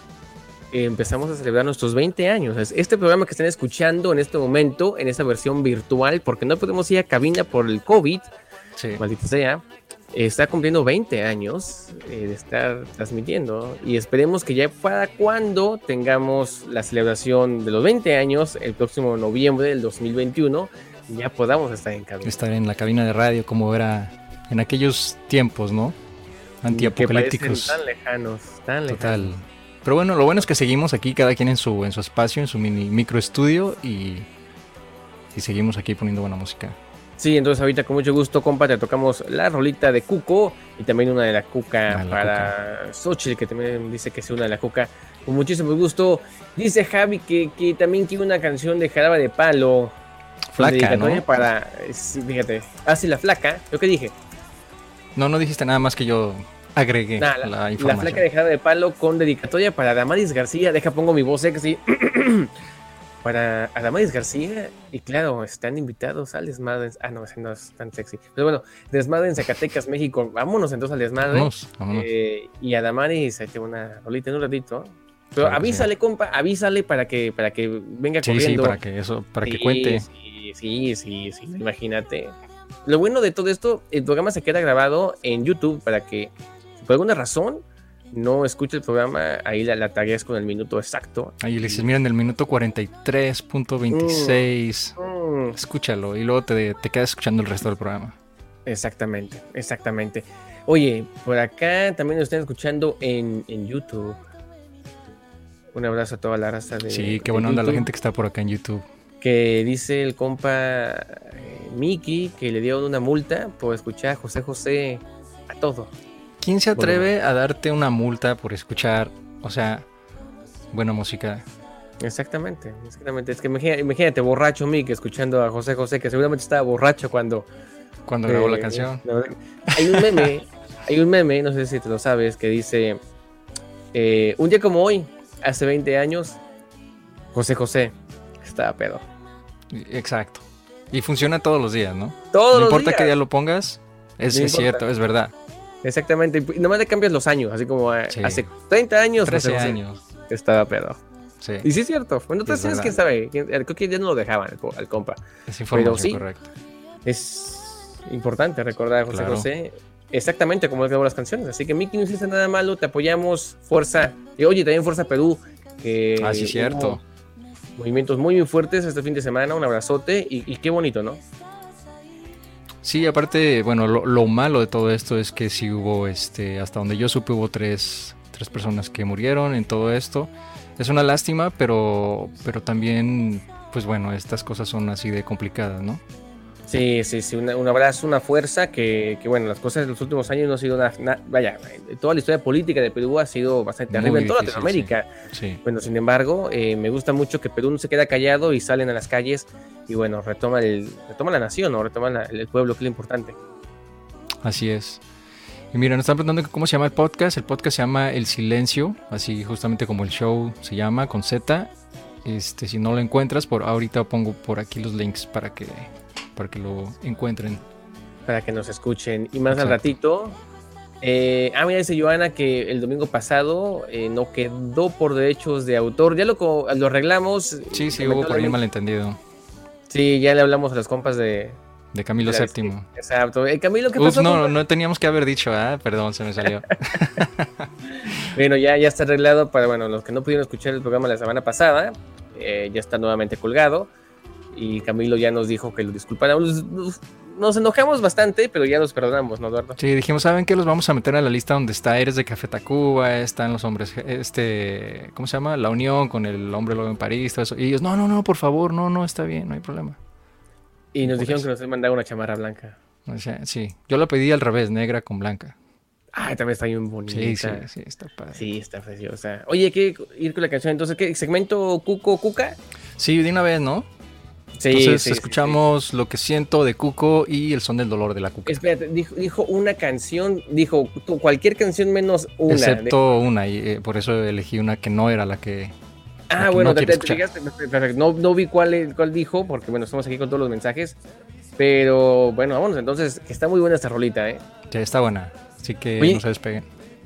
Speaker 2: eh, empezamos a celebrar nuestros 20 años. Es- Este programa que están escuchando en este momento, en esta versión virtual, porque no podemos ir a cabina por el COVID,
Speaker 1: Sí.
Speaker 2: maldita sea, eh, está cumpliendo 20 años eh, de estar transmitiendo y esperemos que ya para cuando tengamos la celebración de los 20 años, el próximo noviembre del 2021, ya podamos estar en cabina.
Speaker 1: Estar en la cabina de radio como era en aquellos tiempos, ¿no? antiapocalípticos.
Speaker 2: Que parecen tan lejanos, tan lejanos.
Speaker 1: Total. Pero bueno, lo bueno es que seguimos aquí, cada quien en su, en su espacio, en su mini micro estudio y, y seguimos aquí poniendo buena música.
Speaker 2: Sí, entonces ahorita con mucho gusto, compa, te tocamos la rolita de Cuco y también una de la Cuca
Speaker 1: Ah, la
Speaker 2: para Xochitl, que también dice que es una de la Cuca. Con muchísimo gusto. Dice Javi que, que también quiere una canción de Jaraba de Palo.
Speaker 1: Flaca,
Speaker 2: dedicatoria
Speaker 1: ¿no?
Speaker 2: Para, eh, sí, fíjate, hace la flaca, lo que dije.
Speaker 1: No, no dijiste nada más que yo agregué
Speaker 2: Nah,
Speaker 1: la,
Speaker 2: la, la
Speaker 1: información.
Speaker 2: flaca de Jara de Palo con dedicatoria para Damaris García. Deja, pongo mi voz sexy. para Adamaris García. Y claro, están invitados al desmadre. Ah, no, ese no es tan sexy. Pero bueno, desmadre en Zacatecas, México. Vámonos entonces al desmadre.
Speaker 1: Vámonos, vámonos.
Speaker 2: Eh, y Adamaris, ahí tengo una rolita en un ratito. Pero
Speaker 1: Claro que
Speaker 2: avísale, compa, avísale para que, para que venga
Speaker 1: sí, sí,
Speaker 2: corriendo.
Speaker 1: para que eso, para que
Speaker 2: Sí,
Speaker 1: cuente.
Speaker 2: Sí, sí, sí, sí, imagínate. Lo bueno de todo esto, el programa se queda grabado en YouTube para que, si por alguna razón, no escuche el programa, ahí la, la tagueas con el minuto exacto.
Speaker 1: Ahí le dices, mira, en el minuto 43.26,
Speaker 2: Mm,
Speaker 1: escúchalo y luego te, te quedas escuchando el resto del programa.
Speaker 2: exactamente, exactamente. Oye, por acá también lo están escuchando en, en YouTube. Un abrazo a toda la raza de.
Speaker 1: Sí, qué
Speaker 2: de
Speaker 1: buena onda la
Speaker 2: YouTube.
Speaker 1: gente que está por acá en YouTube.
Speaker 2: que dice el compa eh, Mickey que le dieron una multa por escuchar a José José a todo.
Speaker 1: ¿Quién se
Speaker 2: Bueno.
Speaker 1: atreve a darte una multa por escuchar, o sea, buena música?
Speaker 2: Exactamente, exactamente. Es que imagina- imagínate, borracho Mickey escuchando a José José, que seguramente estaba borracho cuando
Speaker 1: Cuando grabó la
Speaker 2: eh,
Speaker 1: canción.
Speaker 2: la verdad- Hay un meme, hay un meme, no sé si te lo sabes, que dice eh, un día como hoy, hace 20 años, José José estaba pedo.
Speaker 1: Exacto. Y funciona todos los días, ¿no?
Speaker 2: Todos
Speaker 1: No
Speaker 2: los
Speaker 1: importa qué
Speaker 2: días.
Speaker 1: día lo pongas, es, es
Speaker 2: No importa.
Speaker 1: cierto, es verdad.
Speaker 2: Exactamente, y nomás le cambias los años, así como eh,
Speaker 1: Sí.
Speaker 2: hace 30 años, José
Speaker 1: 13
Speaker 2: José
Speaker 1: años.
Speaker 2: estaba pedo.
Speaker 1: Sí,
Speaker 2: Y sí es cierto. Bueno,
Speaker 1: Es
Speaker 2: entonces tienes
Speaker 1: verdad.
Speaker 2: que saber. quién- Creo que ya no lo dejaban al, po- al compa.
Speaker 1: es información
Speaker 2: sí.
Speaker 1: correcta.
Speaker 2: Es importante recordar a José
Speaker 1: Claro.
Speaker 2: José exactamente como él grabó las canciones. Así que Miki no hiciste nada malo, te apoyamos. Fuerza. Y oye, también Fuerza Perú. Que
Speaker 1: Ah, sí,
Speaker 2: hubo
Speaker 1: cierto.
Speaker 2: Movimientos muy, muy fuertes este fin de semana. Un abrazote. Y, y qué bonito, ¿no?
Speaker 1: Sí, aparte, bueno, lo, lo malo de todo esto es que sí hubo, este, hasta donde yo supe, hubo tres, tres personas que murieron en todo esto. Es una lástima, pero, pero también, pues bueno, estas cosas son así de complicadas, ¿no?
Speaker 2: Sí, sí, sí. una- un abrazo, una fuerza. Que, que, bueno, las cosas de los últimos años no han sido nada. na- vaya, toda la historia política de Perú ha sido bastante
Speaker 1: Muy
Speaker 2: terrible en toda
Speaker 1: difícil, sí.
Speaker 2: Latinoamérica.
Speaker 1: Sí.
Speaker 2: Bueno, sin embargo, eh, me gusta mucho que Perú no se queda callado y salen a las calles y bueno, retoma, el, retoma la nación o retoma la- el pueblo, que es lo importante.
Speaker 1: Así es. Y mira, nos están preguntando que cómo se llama el podcast. El podcast se llama El Silencio, así justamente como el show se llama, con Z. Este, si no lo encuentras, por ahorita pongo por aquí los links para que, para que lo encuentren.
Speaker 2: Para que nos escuchen. Y más
Speaker 1: Exacto.
Speaker 2: al ratito. eh, ah, mira, dice Joana que el domingo pasado eh, no quedó por derechos de autor. Ya lo, co- lo arreglamos.
Speaker 1: Sí, sí, hubo por ahí un
Speaker 2: Lamentablemente-
Speaker 1: malentendido
Speaker 2: Sí, ya le hablamos a los compas de.
Speaker 1: de Camilo
Speaker 2: Claro,
Speaker 1: VII.
Speaker 2: Exacto. Eh, Camilo, ¿qué
Speaker 1: Ups,
Speaker 2: pasó?
Speaker 1: no,
Speaker 2: compa?
Speaker 1: no teníamos que haber dicho, ah, perdón, se me salió.
Speaker 2: Bueno, ya, ya está arreglado para bueno, los que no pudieron escuchar el programa la semana pasada. eh, ya está nuevamente colgado. Y Camilo ya nos dijo que lo disculpáramos. Nos, nos enojamos bastante, pero ya los perdonamos, ¿no, Eduardo?
Speaker 1: Sí, dijimos, ¿saben qué? Los vamos a meter a la lista donde está Eres de Café Tacuba, están los hombres, este, ¿cómo se llama? La Unión con el hombre lobo en París, todo eso. Y ellos, no, no, no, por favor, no, no, está bien, no hay problema.
Speaker 2: Y nos
Speaker 1: Por
Speaker 2: dijeron
Speaker 1: eso.
Speaker 2: que nos habían mandado una chamarra blanca.
Speaker 1: O sea, sí, yo la pedí al revés, negra con blanca.
Speaker 2: Ay, Ah, también está bien bonita.
Speaker 1: Sí, sí, sí, está padre. Sí.
Speaker 2: Sí, está preciosa. Oye, ¿qué ir con la canción? Entonces, ¿qué segmento Cuco Cuca?
Speaker 1: de una vez, ¿no?
Speaker 2: Sí,
Speaker 1: Entonces
Speaker 2: sí, sí,
Speaker 1: escuchamos lo que siento de Cuco y el son del dolor de la
Speaker 2: sí.
Speaker 1: cuca.
Speaker 2: Espérate, dijo, dijo una canción, dijo tú, cualquier canción menos una.
Speaker 1: Excepto una, y eh, por eso elegí una que no era la que... la
Speaker 2: Ah,
Speaker 1: que
Speaker 2: bueno,
Speaker 1: no
Speaker 2: te,
Speaker 1: quiero
Speaker 2: te- te fijaste, perfecto, perfecto. no, no vi cuál, es- cuál dijo, porque bueno, estamos aquí con todos los mensajes. Pero bueno, vámonos entonces, que está muy buena esta rolita, ¿eh?
Speaker 1: Ya está buena, así que
Speaker 2: Oye.
Speaker 1: no se despeguen.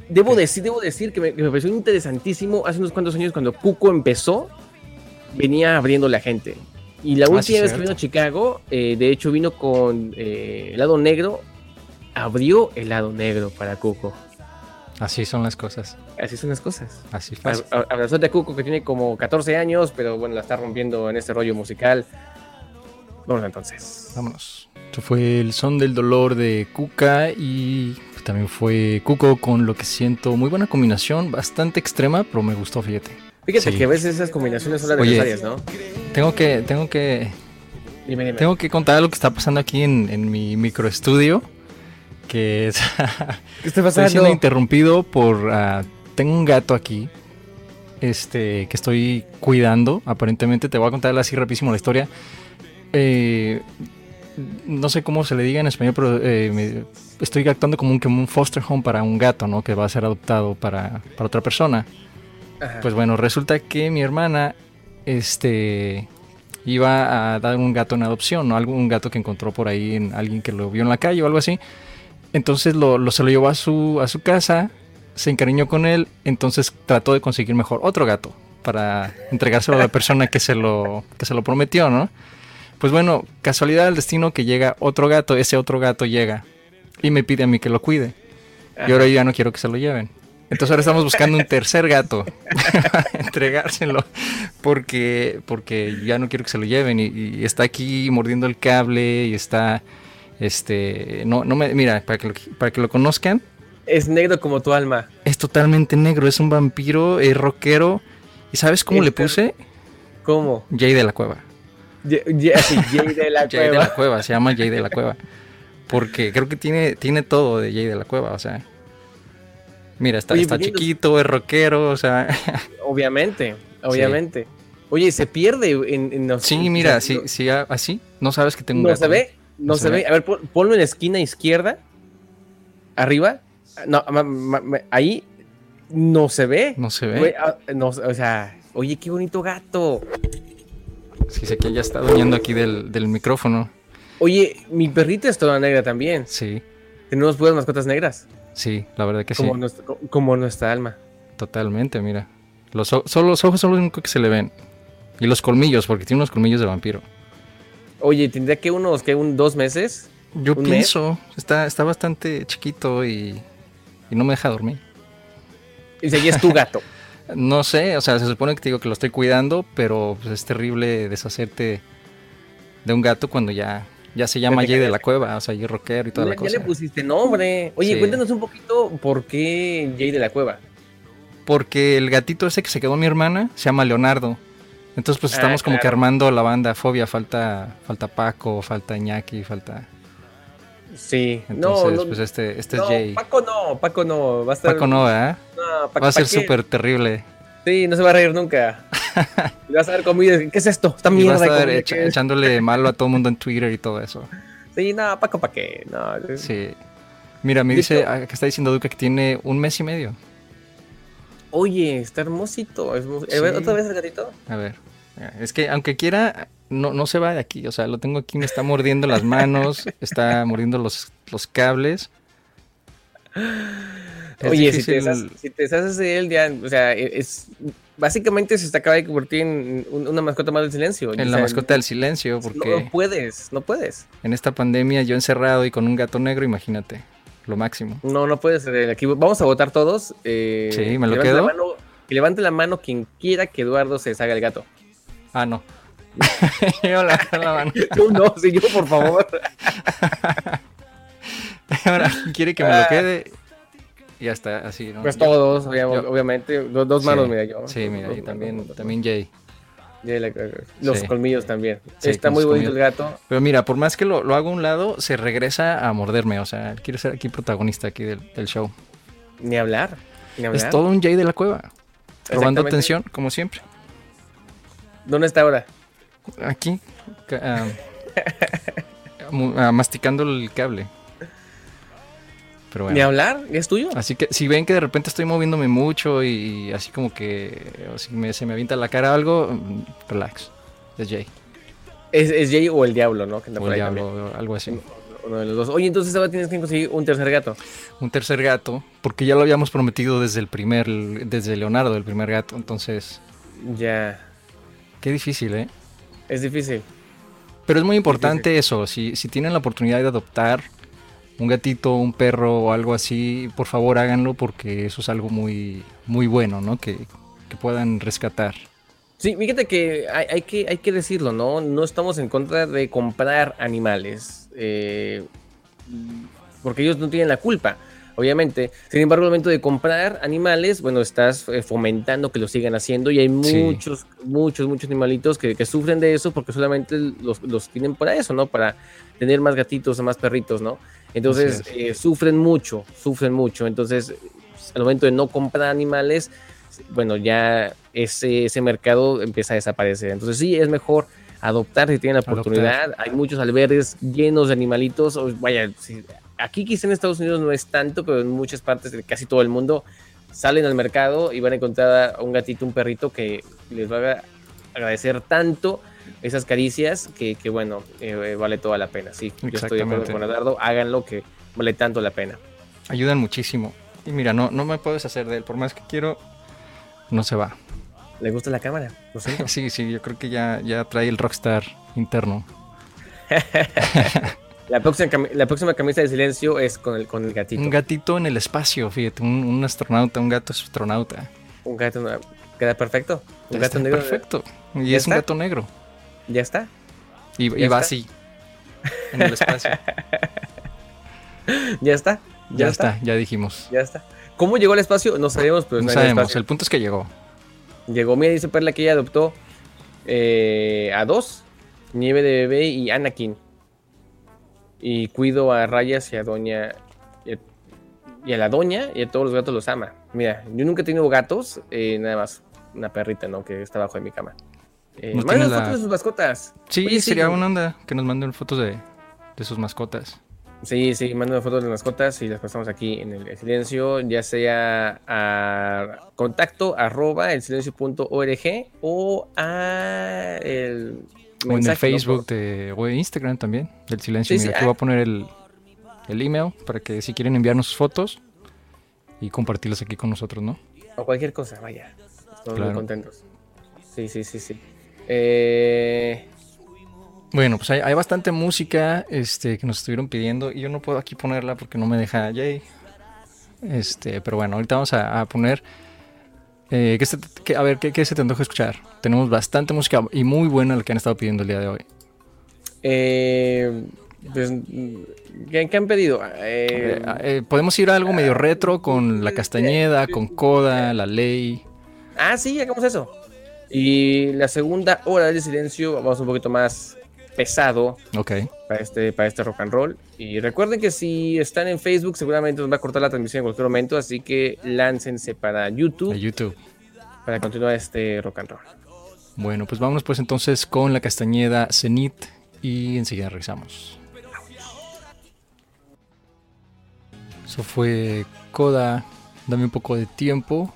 Speaker 2: Debo
Speaker 1: Sí.
Speaker 2: decir, debo decir que me, que me pareció interesantísimo hace unos cuantos años cuando Cuco empezó, venía abriendo la gente. Y la
Speaker 1: Ah,
Speaker 2: última
Speaker 1: sí,
Speaker 2: vez que
Speaker 1: cierto.
Speaker 2: vino a Chicago, eh, de hecho vino con eh, helado negro, abrió helado negro para Cuco.
Speaker 1: Así son las cosas,
Speaker 2: Así son las cosas.
Speaker 1: así fácil.
Speaker 2: Ab- ab- Abrazote a Cuco que tiene como 14 años, pero bueno, la está rompiendo en este rollo musical. Bueno, entonces.
Speaker 1: Vámonos. Esto fue el son del dolor de Cuca y que también fue Cuco con lo que siento. Muy buena combinación, bastante extrema, pero me gustó, fíjate.
Speaker 2: Fíjate que a veces esas combinaciones son las
Speaker 1: Oye.
Speaker 2: necesarias, ¿no?
Speaker 1: Tengo que, tengo que,
Speaker 2: Dime, dime.
Speaker 1: tengo que contar lo que está pasando aquí en, en mi microestudio. Que es-
Speaker 2: ¿Qué está
Speaker 1: estoy siendo
Speaker 2: pasando?
Speaker 1: interrumpido por. ah, tengo un gato aquí. Este. que estoy cuidando. Aparentemente te voy a contar así rapidísimo la historia. Eh, no sé cómo se le diga en español, pero eh, me- estoy actuando como un, como un foster home para un gato, ¿no? Que va a ser adoptado para, para otra persona.
Speaker 2: Ajá.
Speaker 1: Pues bueno, resulta que mi hermana, este, iba a dar un gato en adopción, ¿no? Algún gato que encontró por ahí, en alguien que lo vio en la calle o algo así. Entonces lo, lo- se lo llevó a su, a su casa, se encariñó con él, entonces trató de conseguir mejor otro gato para entregárselo a la persona que se lo, que se lo prometió, ¿no? Pues bueno, casualidad del destino que llega otro gato, ese otro gato llega y me pide a mí que lo cuide. Y ahora yo ya no quiero que se lo lleven. Entonces ahora estamos buscando un tercer gato para entregárselo porque, porque ya no quiero que se lo lleven y, y está aquí mordiendo el cable y está, este, no, no me, mira, para que lo, para que lo conozcan,
Speaker 2: Es negro como tu alma.
Speaker 1: es totalmente negro, es un vampiro, es rockero y ¿sabes cómo
Speaker 2: Es
Speaker 1: le puse?
Speaker 2: ¿Cómo?
Speaker 1: Jay de la Cueva.
Speaker 2: Ye- ye- Así, Jay de la
Speaker 1: Jay de la
Speaker 2: cueva.
Speaker 1: Cueva, se llama Jay de la Cueva. Porque creo que tiene, tiene todo de Jay de la Cueva, o sea. Mira, está,
Speaker 2: Oye, pues,
Speaker 1: está
Speaker 2: pero yo no-
Speaker 1: chiquito, es rockero, o sea.
Speaker 2: Obviamente, obviamente. Oye, se pierde en, en los-
Speaker 1: Sí, mira,
Speaker 2: o sea,
Speaker 1: sí, sí, a- así. No sabes que tengo un
Speaker 2: No
Speaker 1: gato
Speaker 2: se
Speaker 1: ahí.
Speaker 2: ve, no se ve. A ver, pon- ponlo en la esquina izquierda, arriba. Ah, No, ma- ma- ma- ahí no se ve.
Speaker 1: No se ve.
Speaker 2: Güey, ah, no, o sea, oye, qué bonito gato.
Speaker 1: Sí, sé que ya está doñando aquí del, del micrófono.
Speaker 2: Oye, mi perrita es toda negra también.
Speaker 1: Sí,
Speaker 2: Tenemos puras mascotas negras,
Speaker 1: sí, la verdad que sí.
Speaker 2: como, nuestra, co- como nuestra alma.
Speaker 1: Totalmente, mira. Los, o- solo los ojos son los únicos que se le ven. Y los colmillos, porque tiene unos colmillos de vampiro.
Speaker 2: Oye, tendría que unos, que un dos meses.
Speaker 1: Yo
Speaker 2: ¿Un mes?
Speaker 1: pienso, está, está bastante chiquito y, y no me deja dormir.
Speaker 2: Y si ahí es tu gato.
Speaker 1: No sé, o sea, se supone que te digo que lo estoy cuidando, pero pues, es terrible deshacerte de un gato cuando ya, ya se llama
Speaker 2: te
Speaker 1: Jay de la Cueva, o sea, Jay Rockero y toda
Speaker 2: ya,
Speaker 1: la
Speaker 2: ya
Speaker 1: cosa.
Speaker 2: le pusiste nombre. Oye,
Speaker 1: Sí.
Speaker 2: cuéntanos un poquito por qué Jay de la Cueva.
Speaker 1: Porque el gatito ese que se quedó mi hermana se llama Leonardo. Entonces, pues
Speaker 2: Ah,
Speaker 1: estamos como que
Speaker 2: claro.
Speaker 1: armando la banda Fobia. Falta, falta Paco, falta Iñaki, falta.
Speaker 2: Sí,
Speaker 1: Entonces,
Speaker 2: no, no,
Speaker 1: pues este, este
Speaker 2: no,
Speaker 1: es Jay. Paco,
Speaker 2: Paco no, Paco no. Va a estar,
Speaker 1: no, ¿verdad?
Speaker 2: No, pa-
Speaker 1: Va a ser
Speaker 2: ¿pa' qué?
Speaker 1: súper terrible.
Speaker 2: Sí, no se va a reír nunca. Y vas a ver comida. ¿Qué es esto? Esta
Speaker 1: Y va a
Speaker 2: Ah, mierda. de
Speaker 1: estar
Speaker 2: comida
Speaker 1: echa-
Speaker 2: que es.
Speaker 1: echándole malo a todo el mundo en Twitter y todo eso.
Speaker 2: Sí, no, Paco, ¿para qué? No, es-
Speaker 1: Sí. Mira, me
Speaker 2: De
Speaker 1: dice,
Speaker 2: hecho-
Speaker 1: ah, que está diciendo Duca que tiene un mes y medio.
Speaker 2: Oye, está hermosito. es hermoso. Eh,
Speaker 1: Sí.
Speaker 2: ¿ves ¿Otra vez el gatito?
Speaker 1: A ver. Es que aunque quiera, no, no se va de aquí. O sea, lo tengo aquí, me está mordiendo las manos, está mordiendo los, los cables. Es
Speaker 2: Oye, si te,
Speaker 1: difícil-
Speaker 2: deshaces, si te deshaces de él, ya, o sea, es. Básicamente se te acaba de convertir en un- una mascota más del silencio. O
Speaker 1: En la
Speaker 2: sea,
Speaker 1: mascota del silencio,
Speaker 2: No,
Speaker 1: porque
Speaker 2: no puedes, no puedes.
Speaker 1: en esta pandemia yo encerrado y con un gato negro, imagínate, lo máximo.
Speaker 2: No, no puedes. eh, Aquí vamos a votar todos. eh,
Speaker 1: Sí, me lo
Speaker 2: que levante la
Speaker 1: quedo.
Speaker 2: mano- que levante la mano quien quiera que Eduardo se deshaga el gato.
Speaker 1: Ah, no. Yo la- la mano.
Speaker 2: Tú no, sí, yo, por favor.
Speaker 1: Ahora quiere que me lo
Speaker 2: Ah.
Speaker 1: quede. Y Ya está, así, ¿no?
Speaker 2: Pues
Speaker 1: Yo-
Speaker 2: todos, obvia-
Speaker 1: yo-
Speaker 2: obviamente. Dos, dos
Speaker 1: Sí,
Speaker 2: manos, mira yo.
Speaker 1: Sí, mira,
Speaker 2: Dos
Speaker 1: y
Speaker 2: manos,
Speaker 1: también,
Speaker 2: dos manos.
Speaker 1: también Jay.
Speaker 2: Ya la- Los
Speaker 1: Sí.
Speaker 2: colmillos también.
Speaker 1: Sí,
Speaker 2: Está
Speaker 1: con
Speaker 2: muy
Speaker 1: los
Speaker 2: bonito el gato.
Speaker 1: Pero mira, por más que lo, lo hago a un lado, se regresa a morderme. O sea, él quiere ser aquí protagonista aquí del, del show.
Speaker 2: Ni hablar. Ni hablar.
Speaker 1: Es todo un Jay de la cueva. Robando
Speaker 2: Exactamente.
Speaker 1: atención, como siempre.
Speaker 2: ¿Dónde está ahora?
Speaker 1: Aquí. ca- ah, mu- ah, masticando el cable. Pero
Speaker 2: Ni
Speaker 1: bueno. Ah.
Speaker 2: hablar. ¿Es tuyo?
Speaker 1: Así que si ven que de repente estoy moviéndome mucho y así como que o si me- se me avienta la cara algo, mm, relax. Es Jay.
Speaker 2: Es, es Jay o el diablo, ¿no? Que anda
Speaker 1: O el
Speaker 2: por ahí
Speaker 1: diablo, o algo así.
Speaker 2: también. Uno de los dos. Oye, entonces ahora tienes que conseguir un tercer gato.
Speaker 1: un tercer gato, porque ya lo habíamos prometido desde el primer, desde Leonardo, el primer gato. Entonces,
Speaker 2: Ya.
Speaker 1: qué difícil, ¿eh?
Speaker 2: Es difícil.
Speaker 1: Pero es muy importante eso, si, si tienen la oportunidad de adoptar un gatito, un perro o algo así, por favor háganlo porque eso es algo muy, muy bueno, ¿no? Que, que puedan rescatar.
Speaker 2: Sí, fíjate que hay, hay que hay que decirlo, ¿no? No estamos en contra de comprar animales, eh, porque ellos no tienen la culpa. obviamente. Sin embargo, al momento de comprar animales, bueno, estás eh, fomentando que lo sigan haciendo y hay
Speaker 1: Sí.
Speaker 2: muchos, muchos, muchos animalitos que, que sufren de eso porque solamente los, los tienen para eso, ¿no? Para tener más gatitos o más perritos, ¿no? Entonces,
Speaker 1: Así
Speaker 2: eh, sufren mucho, sufren mucho. Entonces, pues, al momento de no comprar animales, bueno, ya ese, ese mercado empieza a desaparecer. Entonces, sí, es mejor adoptar si tienen la
Speaker 1: Adoptar.
Speaker 2: oportunidad. Hay muchos albergues llenos de animalitos. o vaya, si- aquí quizá en Estados Unidos no es tanto, pero en muchas partes de casi todo el mundo salen al mercado y van a encontrar a un gatito, un perrito que les va a agradecer tanto esas caricias que, que, bueno, eh, vale toda la pena. Sí, yo estoy de acuerdo
Speaker 1: Exactamente.
Speaker 2: con Leonardo, háganlo que vale tanto la pena.
Speaker 1: Ayudan muchísimo. Y mira, no, no me puedo deshacer de él. Por más que quiero, no se va.
Speaker 2: ¿Le gusta la cámara? Lo siento.
Speaker 1: Sí, sí, yo creo que ya, ya trae el rockstar interno.
Speaker 2: La próxima, cami- la próxima camisa de silencio es con el, con el gatito.
Speaker 1: Un gatito en el espacio, fíjate. Un, un astronauta, un gato astronauta.
Speaker 2: Un gato no- queda perfecto. Un
Speaker 1: Está
Speaker 2: gato negro. eh,
Speaker 1: Perfecto. Y
Speaker 2: ¿Ya
Speaker 1: es un
Speaker 2: está?
Speaker 1: gato negro.
Speaker 2: Ya está.
Speaker 1: Y, y
Speaker 2: ¿Ya
Speaker 1: va
Speaker 2: está?
Speaker 1: así. En el espacio. ya,
Speaker 2: Ya está. Ya,
Speaker 1: está?
Speaker 2: está?
Speaker 1: ya dijimos.
Speaker 2: Ya está. ¿Cómo llegó al espacio? No sabemos, pero
Speaker 1: no
Speaker 2: está en el
Speaker 1: sabemos.
Speaker 2: espacio.
Speaker 1: El punto es que llegó.
Speaker 2: Llegó, mira, dice Perla que ella adoptó eh, a dos: Nieve de Bebé y Anakin. Y cuido a Rayas y a Doña. Y a, y a la Doña y a todos los gatos los ama. Mira, yo nunca he tenido gatos, eh, nada más una perrita, ¿no? Que está abajo de mi cama. Eh,
Speaker 1: No
Speaker 2: mándanos
Speaker 1: tiene la-
Speaker 2: fotos de sus mascotas.
Speaker 1: Sí,
Speaker 2: Oye,
Speaker 1: sería una onda que nos manden fotos de, de sus mascotas.
Speaker 2: Sí, sí, mándanos fotos de las mascotas y las pasamos aquí en el silencio, ya sea a contacto arroba el o a el
Speaker 1: o en el
Speaker 2: mensaje, ¿no?
Speaker 1: Facebook de, o en Instagram también, del silencio.
Speaker 2: Sí,
Speaker 1: Mira,
Speaker 2: sí,
Speaker 1: aquí
Speaker 2: ah.
Speaker 1: voy a poner el, el email para que si quieren enviarnos sus fotos y compartirlas aquí con nosotros, ¿no?
Speaker 2: O cualquier cosa, vaya. Estamos muy
Speaker 1: Claro.
Speaker 2: contentos. Sí, sí, sí, sí. Eh,
Speaker 1: Bueno, pues hay, hay bastante música este, que nos estuvieron pidiendo y yo no puedo aquí ponerla porque no me deja Jay. Este, pero bueno, ahorita vamos a, a poner... eh, ¿qué se te- qué- a ver, ¿qué, qué se te antoja escuchar? Tenemos bastante música y muy buena la que han estado pidiendo el día de hoy.
Speaker 2: eh, pues, ¿qué, qué han pedido? Eh,
Speaker 1: Eh, eh, podemos ir a algo medio retro con La Castañeda, con Coda, La Ley.
Speaker 2: Ah, sí, hagamos eso. Y la segunda hora del silencio, vamos un poquito más pesado.
Speaker 1: Ok.
Speaker 2: para este, para este rock and roll. Y recuerden que si están en Facebook, seguramente nos va a cortar la transmisión en cualquier momento, así que láncense para
Speaker 1: De
Speaker 2: YouTube
Speaker 1: YouTube.
Speaker 2: para continuar este rock and roll.
Speaker 1: Bueno, pues vámonos pues entonces con la castañeda Cenit y enseguida regresamos. Eso fue Coda, dame un poco de tiempo.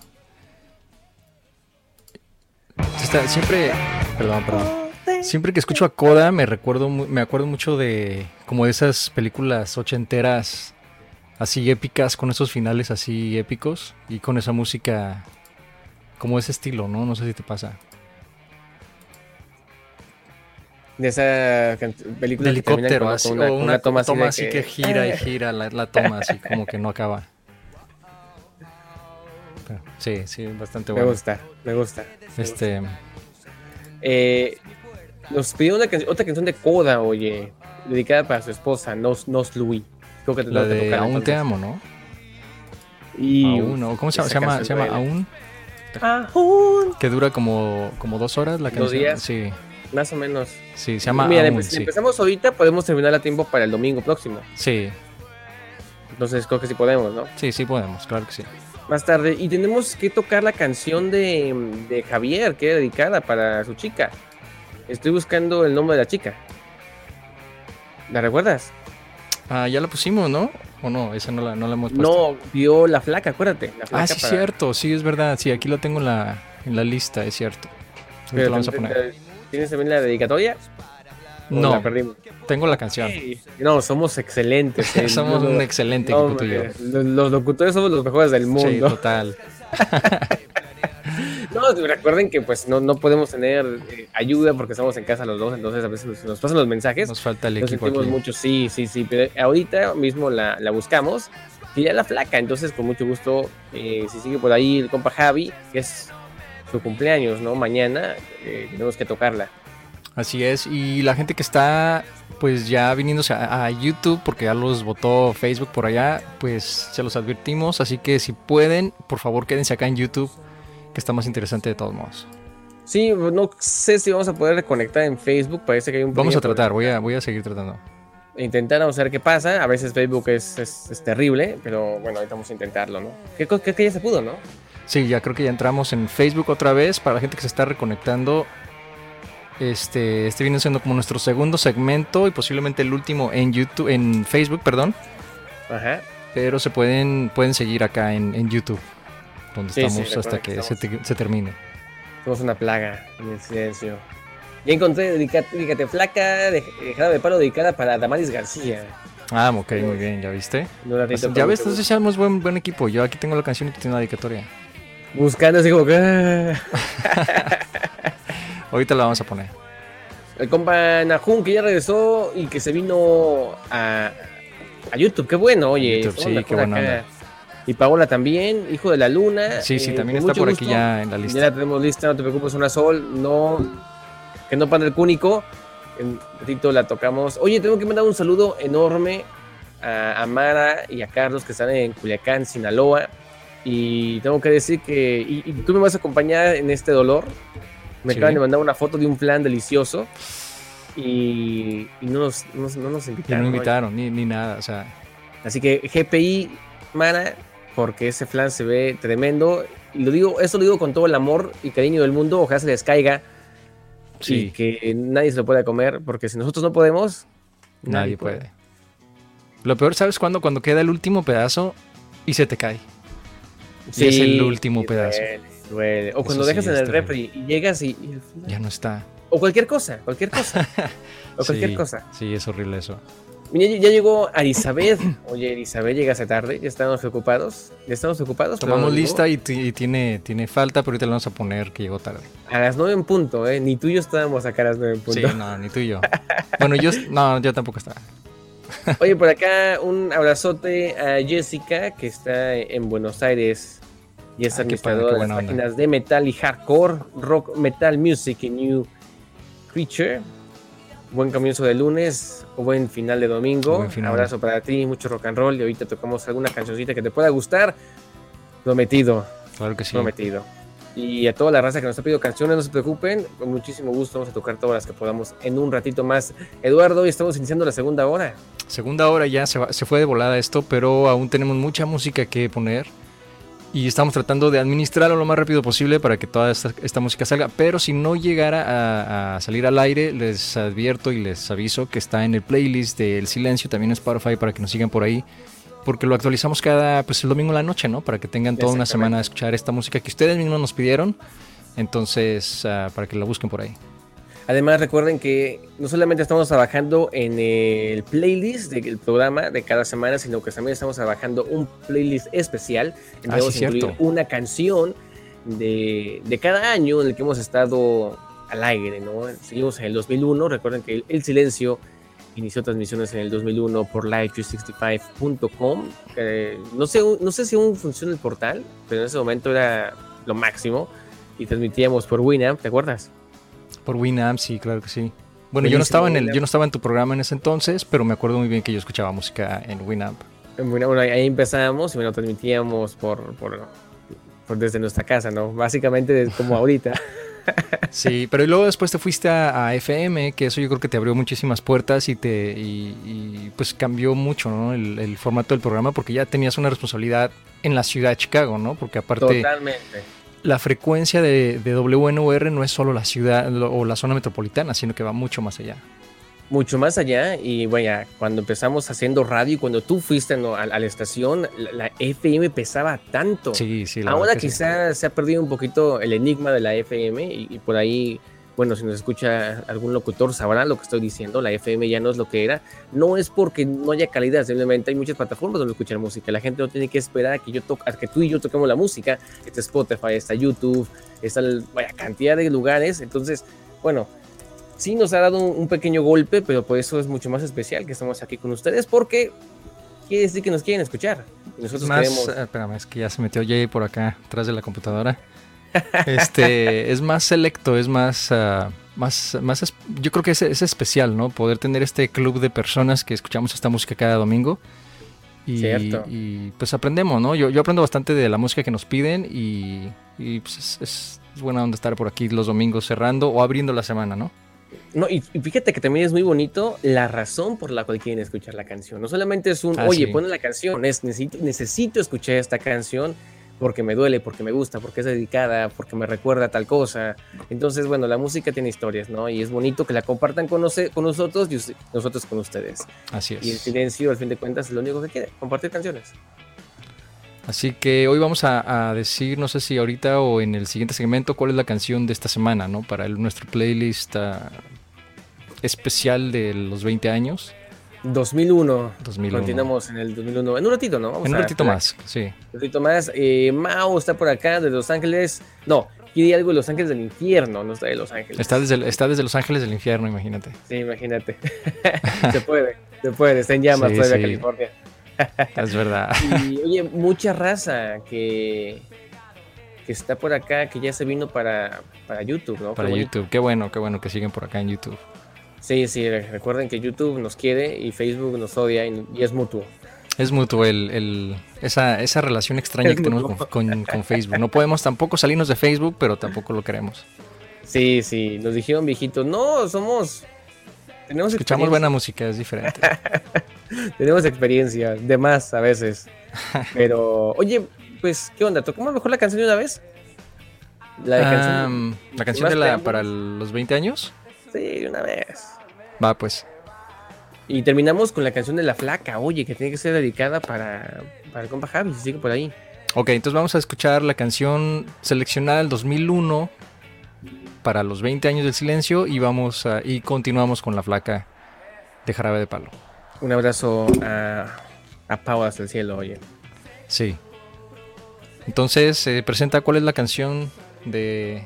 Speaker 1: Está- siempre, perdón, perdón. Siempre que escucho a Coda me recuerdo, mu- me acuerdo mucho de como de esas películas ochenteras así épicas con esos finales así épicos y con esa música como ese estilo, ¿no? No sé si te pasa.
Speaker 2: De esa can- película
Speaker 1: Pues de
Speaker 2: que termina
Speaker 1: helicóptero,
Speaker 2: con-
Speaker 1: así,
Speaker 2: con una,
Speaker 1: o
Speaker 2: con
Speaker 1: una,
Speaker 2: una
Speaker 1: toma,
Speaker 2: toma, así, de
Speaker 1: que...
Speaker 2: que-
Speaker 1: gira y gira la, la toma, así como que no acaba. Pero, sí, sí, bastante
Speaker 2: Me
Speaker 1: bueno.
Speaker 2: gusta, me gusta.
Speaker 1: Este,
Speaker 2: Eh, nos pidió una can- otra canción de Coda, oye, dedicada para su esposa, Nos, Nos Louis. Creo que te
Speaker 1: la
Speaker 2: toca
Speaker 1: de
Speaker 2: tocar,
Speaker 1: Aún te
Speaker 2: entonces.
Speaker 1: amo, ¿no?
Speaker 2: Y,
Speaker 1: Aún, ¿no? ¿Cómo se llama?
Speaker 2: esa
Speaker 1: Se llama,
Speaker 2: canción
Speaker 1: se llama
Speaker 2: duele.
Speaker 1: Aún,
Speaker 2: Aún,
Speaker 1: que dura como, como dos horas la
Speaker 2: Dos
Speaker 1: canción.
Speaker 2: días.
Speaker 1: Sí,
Speaker 2: Más o menos.
Speaker 1: sí, se llama
Speaker 2: Mira,
Speaker 1: Aún,
Speaker 2: empe- si
Speaker 1: sí.
Speaker 2: empezamos ahorita, podemos terminar a tiempo para el domingo próximo.
Speaker 1: sí,
Speaker 2: Entonces creo que sí podemos, ¿no?
Speaker 1: sí, sí podemos, claro que sí.
Speaker 2: Más tarde. Y tenemos que tocar la canción de, de Javier, que era dedicada para su chica. Estoy buscando el nombre de la chica. ¿La recuerdas?
Speaker 1: Ah, ya la pusimos, ¿no? ¿O no? Esa no la, no la hemos puesto.
Speaker 2: No, vio La Flaca, acuérdate. La flaca
Speaker 1: Ah, sí,
Speaker 2: para-
Speaker 1: cierto, sí, es verdad. Sí, aquí la tengo en la, en la lista, es cierto. Ahorita
Speaker 2: pero
Speaker 1: la vamos a
Speaker 2: también-
Speaker 1: poner.
Speaker 2: ¿Tienes también la dedicatoria? ¿O
Speaker 1: No,
Speaker 2: La perdimos?
Speaker 1: tengo la canción.
Speaker 2: Sí. No, somos excelentes. eh.
Speaker 1: Somos
Speaker 2: No,
Speaker 1: un excelente
Speaker 2: no,
Speaker 1: equipo tú y yo.
Speaker 2: hombre, los, los locutores somos los mejores del mundo.
Speaker 1: Sí, total.
Speaker 2: No, recuerden que pues no, no podemos tener eh, ayuda porque estamos en casa los dos, entonces a veces nos, nos pasan los mensajes. Nos,
Speaker 1: Nos falta el equipo aquí.
Speaker 2: sentimos mucho, sí, sí, sí, pero ahorita mismo la, la buscamos y ya la flaca, entonces con mucho gusto, eh, si sigue por ahí el compa Javi, que es su cumpleaños, ¿no? Mañana eh, tenemos que tocarla.
Speaker 1: Así es, y la gente que está pues ya viniéndose a, a, YouTube, porque ya los votó Facebook por allá, pues se los advertimos, así que si pueden, por favor quédense acá en YouTube, que está más interesante de todos modos.
Speaker 2: Sí, pues, no sé si vamos a poder reconectar en Facebook, parece que hay un...
Speaker 1: Vamos a tratar, voy a, voy a seguir tratando.
Speaker 2: Intentamos a ver qué pasa, a veces Facebook es, es, es terrible, pero bueno, ahorita vamos a intentarlo, ¿no? Que, que, que ya se pudo, ¿no?
Speaker 1: Sí, ya creo que ya entramos en Facebook otra vez, para la gente que se está reconectando, este, este viene siendo como nuestro segundo segmento y posiblemente el último en YouTube, en Facebook, perdón.
Speaker 2: Ajá.
Speaker 1: Pero se pueden, pueden seguir acá en, en YouTube, donde sí, estamos sí, hasta que, que estamos. Se, te, se, termine.
Speaker 2: Somos una plaga en el silencio. Ya encontré Dedícate Flaca, dejada de paro dedicada para Damaris García.
Speaker 1: Ah, ok, sí. muy bien, ¿ya viste? No la Así, Pues, ya ves, entonces ya somos buen, buen equipo. Yo aquí tengo la canción y tú tienes la dedicatoria.
Speaker 2: Buscando así como que... "Ah".
Speaker 1: Ahorita la vamos a poner.
Speaker 2: El compa Najun que ya regresó y que se vino a, a YouTube. Qué bueno, oye.
Speaker 1: YouTube, sí, qué bueno.
Speaker 2: Y Paola también, hijo de la luna.
Speaker 1: Sí, sí, eh, también está por gusto. aquí ya en la lista.
Speaker 2: Ya la tenemos lista, no te preocupes, una sol. No, que no para el cúnico. En ratito la tocamos. Oye, tengo que mandar un saludo enorme a, a Mara y a Carlos que están en Culiacán, Sinaloa. Y tengo que decir que. y, y tú me vas a acompañar en este dolor. Me sí. acaban de mandar una foto de un plan delicioso y, y no, nos, no, no, nos, invitaron.
Speaker 1: no invitaron, ¿no? Ni, ni, nada, o sea.
Speaker 2: Así que GPI, mana, porque ese plan se ve tremendo. Y lo digo, esto lo digo con todo el amor y cariño del mundo, ojalá se les caiga. Sí. Y que nadie se lo pueda comer, porque si nosotros no podemos,
Speaker 1: nadie, nadie puede. puede. Lo peor, ¿sabes cuándo? Cuando queda el último pedazo y se te cae. Sí, y es el último pedazo.
Speaker 2: Duele. Duele. O cuando Eso dejas sí, en el refri y llegas y, y
Speaker 1: ya no está.
Speaker 2: O cualquier cosa, cualquier cosa. o cualquier
Speaker 1: sí,
Speaker 2: cosa.
Speaker 1: Sí, es horrible eso.
Speaker 2: Ya, ya llegó Elizabeth. Oye, Elizabeth, llegaste tarde. Ya estamos ocupados. Ya estamos ocupados.
Speaker 1: Tomamos lista y, y, tiene, tiene falta, pero ahorita le vamos a poner que llegó tarde.
Speaker 2: A las 9 en punto, ¿eh? Ni tú y yo estábamos acá a las 9 en punto.
Speaker 1: Sí, no, ni tú y yo. bueno, yo. No, yo tampoco estaba.
Speaker 2: Oye, por acá un abrazote a Jessica, que está en Buenos Aires y es ah, administrador de las páginas onda. de metal y hardcore, rock, metal, music y new creature. Buen comienzo de lunes o buen final de domingo. Un abrazo para ti, mucho rock and roll. Y ahorita tocamos alguna cancioncita que te pueda gustar. Prometido.
Speaker 1: Claro que sí.
Speaker 2: Prometido. Y a toda la raza que nos ha pedido canciones, no se preocupen. Con muchísimo gusto vamos a tocar todas las que podamos en un ratito más. Eduardo, hoy estamos iniciando la segunda hora.
Speaker 1: Segunda hora ya se, va, se fue de volada esto, pero aún tenemos mucha música que poner y estamos tratando de administrarlo lo más rápido posible para que toda esta, esta música salga. Pero si no llegara a, a, salir al aire, les advierto y les aviso que está en el playlist de El Silencio, también en Spotify, para que nos sigan por ahí. Porque lo actualizamos cada, pues el domingo en la noche, ¿no? Para que tengan toda una semana a escuchar esta música que ustedes mismos nos pidieron. Entonces, uh, para que la busquen por ahí.
Speaker 2: Además, recuerden que no solamente estamos trabajando en el playlist del programa de cada semana, sino que también estamos trabajando un playlist especial.
Speaker 1: Ah, sí, cierto.
Speaker 2: una canción de, de, cada año en el que hemos estado al aire, ¿no? Seguimos en el 2001. Recuerden que El Silencio inició transmisiones en el 2001 por live365.com. Eh, no, sé, no sé si aún funciona el portal, pero en ese momento era lo máximo y transmitíamos por Winamp, ¿te acuerdas?
Speaker 1: Por Winamp, sí, claro que sí. Bueno, Buenísimo, yo no estaba en el, yo no estaba en tu programa en ese entonces, pero me acuerdo muy bien que yo escuchaba música en Winamp.
Speaker 2: Bueno, bueno ahí empezamos y bueno, transmitíamos por, por, por, desde nuestra casa, ¿no? Básicamente como ahorita.
Speaker 1: sí, pero luego después te fuiste a, a, FM, que eso yo creo que te abrió muchísimas puertas y te y, y pues cambió mucho, ¿no? El, el, formato del programa porque ya tenías una responsabilidad en la ciudad de Chicago, ¿no? Porque aparte
Speaker 2: Totalmente
Speaker 1: la frecuencia de, de, WNUR no es solo la ciudad lo, o la zona metropolitana, sino que va mucho más allá.
Speaker 2: Mucho más allá, y vaya, cuando empezamos haciendo radio y cuando tú fuiste ¿no? a, a, la estación, la, la, FM pesaba tanto.
Speaker 1: Sí, sí,
Speaker 2: la Ahora quizás sí. Ah, se ha perdido un poquito el enigma de la FM y, y, por ahí, bueno, si nos escucha algún locutor sabrá lo que estoy diciendo, la FM ya no es lo que era. No es porque no haya calidad, simplemente hay muchas plataformas donde escuchar música. La gente no tiene que esperar a que, yo toque, a que tú y yo toquemos la música. Está Spotify, está YouTube, está vaya cantidad de lugares. Entonces, bueno, sí nos ha dado un, un, pequeño golpe, pero por eso es mucho más especial que estamos aquí con ustedes, porque quiere decir que nos quieren escuchar. Nosotros
Speaker 1: más, eh,
Speaker 2: queremos...
Speaker 1: espérame, es que ya se metió Jay por acá, atrás de la computadora. Este, es más selecto, es más... Uh, más, más es- yo creo que es, es especial, ¿no? Poder tener este club de personas que escuchamos esta música cada domingo. Y,
Speaker 2: Cierto.
Speaker 1: y, pues aprendemos, ¿no? Yo, yo aprendo bastante de la música que nos piden y, y, pues es, es- es buena onda estar por aquí los domingos cerrando o abriendo la semana, ¿no?
Speaker 2: No, y, y fíjate que también es muy bonito la razón por la cual quieren escuchar la canción. No solamente es un,
Speaker 1: Ah,
Speaker 2: oye,
Speaker 1: sí.
Speaker 2: pone la canción, es necesito, necesito escuchar esta canción porque me duele, porque me gusta, porque es dedicada, porque me recuerda a tal cosa. Entonces, bueno, la música tiene historias, ¿no? Y es bonito que la compartan con, noce- con nosotros y usted- nosotros con ustedes.
Speaker 1: Así
Speaker 2: Y el
Speaker 1: es.
Speaker 2: silencio, al fin de cuentas, es lo único que quiere, compartir canciones.
Speaker 1: Así que hoy vamos a, a decir, no sé si ahorita o en el siguiente segmento, cuál es la canción de esta semana, ¿no? Para el- nuestro playlist ah, especial de los 20 años.
Speaker 2: 2001.
Speaker 1: 2001.
Speaker 2: Continuamos en el 2001. En un ratito, ¿no? Vamos
Speaker 1: en un
Speaker 2: a-
Speaker 1: ratito
Speaker 2: a-
Speaker 1: más, sí.
Speaker 2: Un ratito más. Eh, Mao está por acá de Los Ángeles. No, quiere algo de Los Ángeles del Infierno, no está de Los Ángeles.
Speaker 1: Está desde, el- está desde Los Ángeles del Infierno, imagínate.
Speaker 2: Sí, imagínate. se puede, se puede, está en llamas
Speaker 1: Sí,
Speaker 2: todavía
Speaker 1: sí.
Speaker 2: California.
Speaker 1: Es verdad.
Speaker 2: Y oye, mucha raza que, que está por acá, que ya se vino para, para YouTube, ¿no? Qué
Speaker 1: Para
Speaker 2: bonito.
Speaker 1: YouTube. Qué bueno, qué bueno que siguen por acá en YouTube.
Speaker 2: Sí, sí, recuerden que YouTube nos quiere y Facebook nos odia y, y es mutuo.
Speaker 1: Es mutuo el, el- esa, esa relación extraña
Speaker 2: Es
Speaker 1: que tenemos con,
Speaker 2: mutuo.
Speaker 1: con- con Facebook. No podemos tampoco salirnos de Facebook, pero tampoco lo queremos.
Speaker 2: Sí, sí, nos dijeron viejitos, no, somos... Tenemos
Speaker 1: Escuchamos
Speaker 2: experiencia".
Speaker 1: buena música, es diferente.
Speaker 2: Tenemos experiencia, de más a veces. Pero, oye, pues, ¿qué onda? ¿Tocamos mejor la canción de una vez? La de canción.
Speaker 1: Am, la canción
Speaker 2: más
Speaker 1: de la,
Speaker 2: preámbulos?
Speaker 1: para el- los 20 años.
Speaker 2: Sí, de una vez.
Speaker 1: Va, pues.
Speaker 2: Y terminamos con la canción de La Flaca, oye, que tiene que ser dedicada para, para el compa Javi, si sigue por ahí.
Speaker 1: Ok, entonces vamos a escuchar la canción seleccionada del 2001 para los 20 años del silencio y vamos a- y continuamos con la flaca de Jarabe de Palo.
Speaker 2: Un abrazo a, a Pau hasta el cielo, oye.
Speaker 1: Sí. Entonces, eh, presenta cuál es la canción de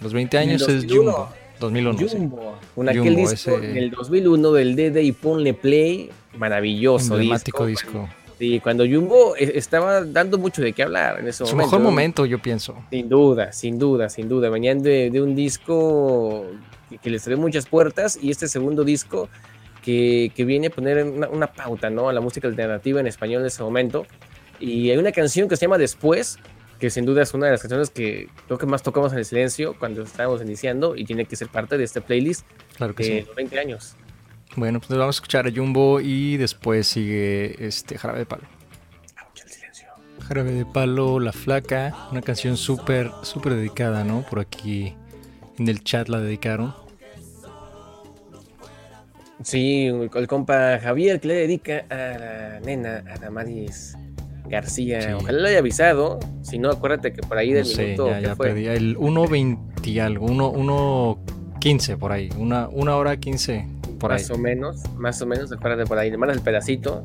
Speaker 1: los 20 años.
Speaker 2: Del
Speaker 1: Es
Speaker 2: 2001.
Speaker 1: Jumbo. 2001. sí.
Speaker 2: Jumbo, con aquel
Speaker 1: Jumbo,
Speaker 2: disco
Speaker 1: ese-
Speaker 2: del 2001 del DD y Ponle Play, maravilloso
Speaker 1: Emblemático
Speaker 2: disco.
Speaker 1: disco.
Speaker 2: Sí, cuando Jumbo eh, estaba dando mucho de qué hablar en ese
Speaker 1: Su mejor
Speaker 2: ¿no?
Speaker 1: momento, yo pienso.
Speaker 2: Sin duda, sin duda, sin duda. Venían de, de un disco que, que les abrió muchas puertas y este segundo disco que, que viene a poner una, una pauta ¿no? a la música alternativa en español en ese momento. Y hay una canción que se llama Después, que sin duda es una de las canciones que creo que más tocamos en el silencio cuando estábamos iniciando y tiene que ser parte de este playlist
Speaker 1: Claro que
Speaker 2: de
Speaker 1: sí.
Speaker 2: los 20 años.
Speaker 1: Eh, Bueno, pues vamos a escuchar a Jumbo y después sigue este Jarabe de Palo.
Speaker 2: Escucha el silencio.
Speaker 1: Jarabe de Palo, La Flaca, una canción súper, súper dedicada, ¿no? Por aquí en el chat la dedicaron.
Speaker 2: Sí, el compa Javier que le dedica a la nena, a Damaris García.
Speaker 1: Sí.
Speaker 2: Ojalá le haya avisado. Si no, acuérdate que por ahí
Speaker 1: No
Speaker 2: del
Speaker 1: sé,
Speaker 2: minuto
Speaker 1: ya,
Speaker 2: que
Speaker 1: ya
Speaker 2: fue.
Speaker 1: perdí el 1.20 y algo, 1.15 por ahí, una, una hora 15 por ahí.
Speaker 2: más o menos, más o menos, acuérdate por ahí. Le mandas el pedacito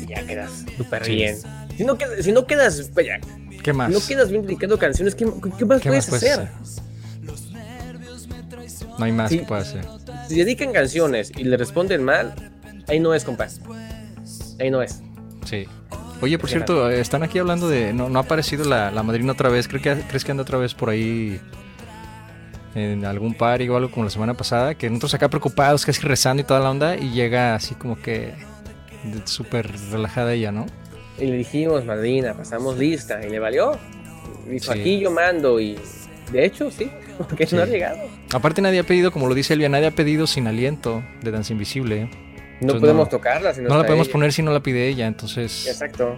Speaker 2: y ya quedas súper
Speaker 1: Sí.
Speaker 2: bien. Si no, quedas- si no quedas, vaya, si
Speaker 1: ¿Qué más?
Speaker 2: no quedas bien dedicando canciones, ¿qué, qué más
Speaker 1: ¿Qué más
Speaker 2: puedes
Speaker 1: puedes
Speaker 2: hacer?
Speaker 1: hacer? No hay más
Speaker 2: Sí.
Speaker 1: que pueda hacer.
Speaker 2: Si dedican canciones y le responden mal, ahí no es, compás. Ahí no es.
Speaker 1: Sí. Oye, por cierto, eh, están aquí hablando de. No, no ha aparecido la, la madrina otra vez. ¿Crees que, ¿Crees que anda otra vez por ahí en algún party o algo como la semana pasada? Que nosotros acá preocupados, casi rezando y toda la onda, y llega así como que de- súper relajada ella, ¿no?
Speaker 2: Y le dijimos, madrina, pasamos lista. Y le valió. Dijo,
Speaker 1: Sí.
Speaker 2: aquí yo mando. Y de hecho, sí, porque
Speaker 1: Sí.
Speaker 2: no ha llegado.
Speaker 1: Aparte, nadie ha pedido, como lo dice Elvia, nadie ha pedido sin aliento de Danza Invisible. ¿eh?
Speaker 2: No
Speaker 1: Entonces,
Speaker 2: podemos
Speaker 1: no.
Speaker 2: tocarla. Si no
Speaker 1: No la
Speaker 2: está
Speaker 1: podemos
Speaker 2: ella.
Speaker 1: poner si no la pide ella, entonces,
Speaker 2: Exacto,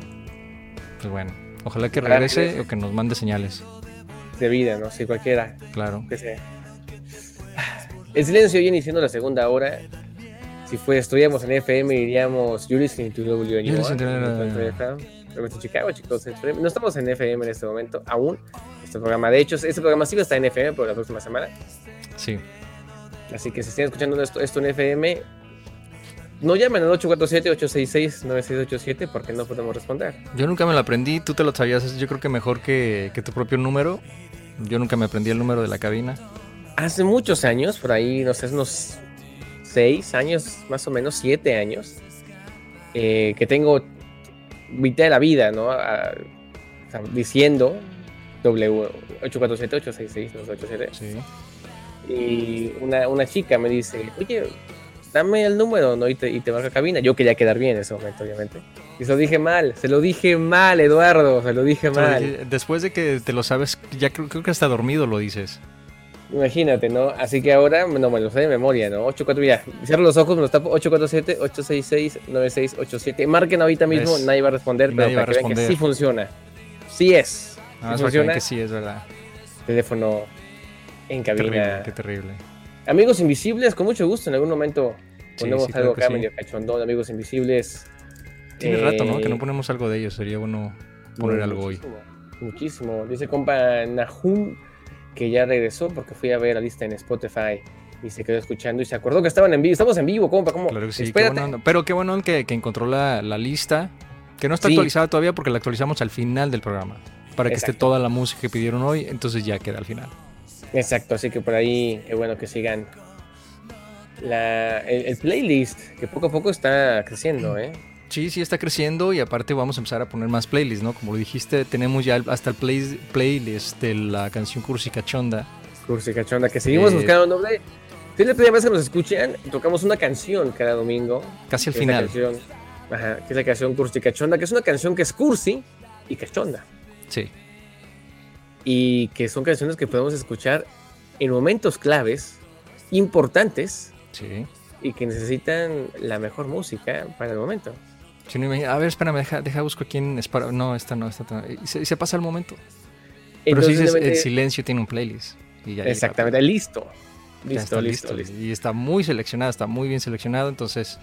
Speaker 1: pues bueno. Ojalá que
Speaker 2: Ojalá
Speaker 1: regrese
Speaker 2: regrese.
Speaker 1: o que nos mande señales,
Speaker 2: de vida, ¿no? Si cualquiera
Speaker 1: claro.
Speaker 2: que sea. El silencio ya iniciando la segunda hora. Si fue, estuviéramos en FM, diríamos You're listening to WNUR.
Speaker 1: You're listening to WNUR.
Speaker 2: Pero en Chicago, chicos. en FM. No estamos en FM en este momento, aún. Este programa, de hecho, este programa sí va a estar en FM por la próxima semana.
Speaker 1: Sí.
Speaker 2: Así que si están escuchando esto, esto en FM, no llamen al 847-866-9687 porque no podemos responder.
Speaker 1: Yo nunca me lo aprendí, tú te lo sabías, es yo creo que mejor que, que tu propio número. Yo nunca me aprendí el número de la cabina.
Speaker 2: Hace muchos años, por ahí, no sé, unos seis años, más o menos, siete años, eh, que tengo mitad de la vida, ¿no? A- o sea, diciendo W847-866-987.
Speaker 1: Sí.
Speaker 2: Y
Speaker 1: Mm.
Speaker 2: una, una chica me dice, oye, dame el número, ¿no? Y te, y te marca cabina. Yo quería quedar bien en ese momento, obviamente. Y se lo dije mal, se lo dije mal, Eduardo, se lo dije mal.
Speaker 1: Después de que te lo sabes, ya creo, creo que hasta dormido lo dices.
Speaker 2: Imagínate, ¿no? Así que ahora no me lo sé de memoria, ¿no? 84, mira, cierro los ojos, me los tapo, 847-866-9687. Marquen ahorita mismo,
Speaker 1: Es-
Speaker 2: nadie va a responder, pero
Speaker 1: nadie va
Speaker 2: para
Speaker 1: a
Speaker 2: que vean que
Speaker 1: responder.
Speaker 2: sí funciona. Sí es.
Speaker 1: Nada más
Speaker 2: Sí
Speaker 1: para que vean
Speaker 2: funciona.
Speaker 1: que sí, es verdad.
Speaker 2: Teléfono en
Speaker 1: Qué terrible,
Speaker 2: cabina.
Speaker 1: qué terrible.
Speaker 2: Amigos Invisibles, con mucho gusto, en algún momento
Speaker 1: Sí,
Speaker 2: ponemos
Speaker 1: sí, claro
Speaker 2: algo
Speaker 1: que
Speaker 2: acá
Speaker 1: sí.
Speaker 2: medio cachondón, de Amigos Invisibles.
Speaker 1: Tiene
Speaker 2: Eh,
Speaker 1: rato, ¿no? Que no ponemos algo de ellos. Sería bueno poner algo hoy.
Speaker 2: Muchísimo, Muchísimo. Dice compa Nahum que ya regresó porque fui a ver la lista en Spotify y se quedó escuchando y se acordó que estaban en vivo. Estamos en vivo, compa. ¿Cómo?
Speaker 1: Claro que sí. qué
Speaker 2: Espérate.
Speaker 1: buena onda. Pero qué bueno que, que encontró la, la lista, que no está
Speaker 2: Sí.
Speaker 1: actualizada todavía porque la actualizamos al final del programa, para que esté
Speaker 2: Exacto.
Speaker 1: toda la música que pidieron hoy, entonces ya queda al final.
Speaker 2: Exacto, así que por ahí es bueno que sigan la- el, el playlist que poco a poco está creciendo, ¿eh?
Speaker 1: Sí, sí está creciendo y aparte vamos a empezar a poner más playlists, ¿no? Como dijiste, tenemos ya el- hasta el play- playlist de la canción Cursi Cachonda.
Speaker 2: Cursi Cachonda, que seguimos
Speaker 1: Eh.
Speaker 2: buscando un nombre. Si es la primera vez que nos escuchan, tocamos una canción cada domingo.
Speaker 1: Casi al
Speaker 2: que es la
Speaker 1: final.
Speaker 2: canción- ajá, que es la canción Cursi Cachonda, que es una canción que es cursi y cachonda.
Speaker 1: Sí.
Speaker 2: y que son canciones que podemos escuchar en momentos claves, importantes
Speaker 1: Sí.
Speaker 2: y que necesitan la mejor música para el momento.
Speaker 1: Sí, no imagino- a ver, espérame, deja, deja busco quién es para. No, esta no, esta no. Y se, y se pasa el momento. Pero sí
Speaker 2: Entonces,
Speaker 1: dices, el
Speaker 2: obviamente-
Speaker 1: silencio tiene un playlist. Y ya llega.
Speaker 2: exactamente, listo.
Speaker 1: Ya
Speaker 2: Listo,
Speaker 1: está
Speaker 2: listo, listo.
Speaker 1: Y está muy seleccionado, está muy bien seleccionado, entonces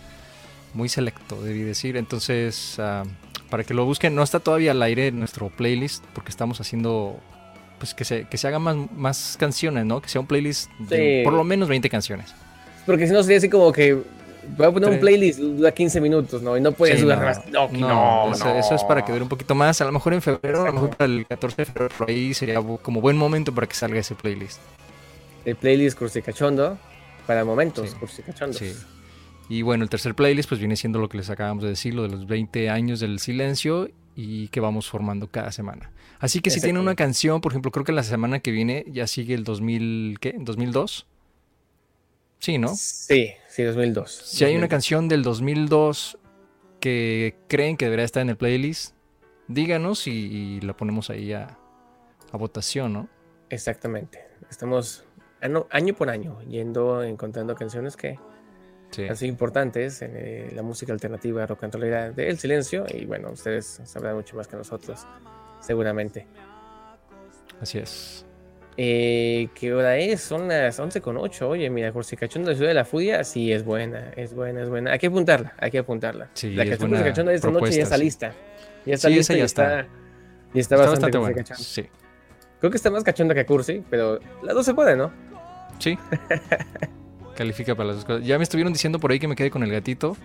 Speaker 1: muy selecto, debí decir. Entonces, ah, para que lo busquen, no está todavía al aire nuestro playlist, porque estamos haciendo pues que se, que se hagan más, más canciones, ¿no? Que sea un playlist de
Speaker 2: Sí.
Speaker 1: por lo menos 20 canciones.
Speaker 2: Porque si no sería así como que voy a poner
Speaker 1: Tres.
Speaker 2: un playlist, dura 15 minutos, ¿no? Y no puedes
Speaker 1: Sí,
Speaker 2: durar
Speaker 1: no,
Speaker 2: más. Pues No, no,
Speaker 1: no,
Speaker 2: no,
Speaker 1: eso, eso es para que dure un poquito más. A lo mejor en febrero, a lo mejor para el 14 de febrero, por ahí sería bu- como buen momento para que salga ese playlist.
Speaker 2: El playlist Cursicachondo para momentos
Speaker 1: Sí.
Speaker 2: Cursicachondos.
Speaker 1: Sí. Y bueno, el tercer playlist pues viene siendo lo que les acabamos de decir, lo de los 20 años del silencio y que vamos formando cada semana. Así que si tienen una
Speaker 2: Exactamente.
Speaker 1: canción, por ejemplo, creo que la semana que viene ya sigue el 2000, ¿qué? ¿2002? Sí, ¿no?
Speaker 2: Sí, sí, 2002.
Speaker 1: Si hay una
Speaker 2: 2002.
Speaker 1: canción del 2002 que creen que debería estar en el playlist, díganos y, y la ponemos ahí a, a votación, ¿no?
Speaker 2: Exactamente. Estamos ano- año por año yendo, encontrando canciones que
Speaker 1: Sí.
Speaker 2: han sido importantes en eh, la música alternativa rock and rollera del silencio y bueno, ustedes sabrán mucho más que nosotros, seguramente.
Speaker 1: Así es.
Speaker 2: Eh, ¿Qué hora es? Son las 11.08. Oye, mira, Cursicachón de la Ciudad de la Furia, sí, es buena, es buena, es buena. Hay que apuntarla, hay que apuntarla.
Speaker 1: Sí,
Speaker 2: la
Speaker 1: es
Speaker 2: canción
Speaker 1: buena
Speaker 2: Cursicachón de esta noche
Speaker 1: propuesta,
Speaker 2: ya está
Speaker 1: sí.
Speaker 2: lista. Ya está
Speaker 1: Sí, esa
Speaker 2: lista
Speaker 1: ya
Speaker 2: y
Speaker 1: está.
Speaker 2: está, y está,
Speaker 1: Está
Speaker 2: bastante,
Speaker 1: bastante bueno.
Speaker 2: cursicachón.
Speaker 1: Sí.
Speaker 2: Creo que está más cachonda que Cursi, pero las dos se pueden, ¿no?
Speaker 1: Sí. Califica para las dos cosas. Ya me estuvieron diciendo por ahí que me quede con el gatito.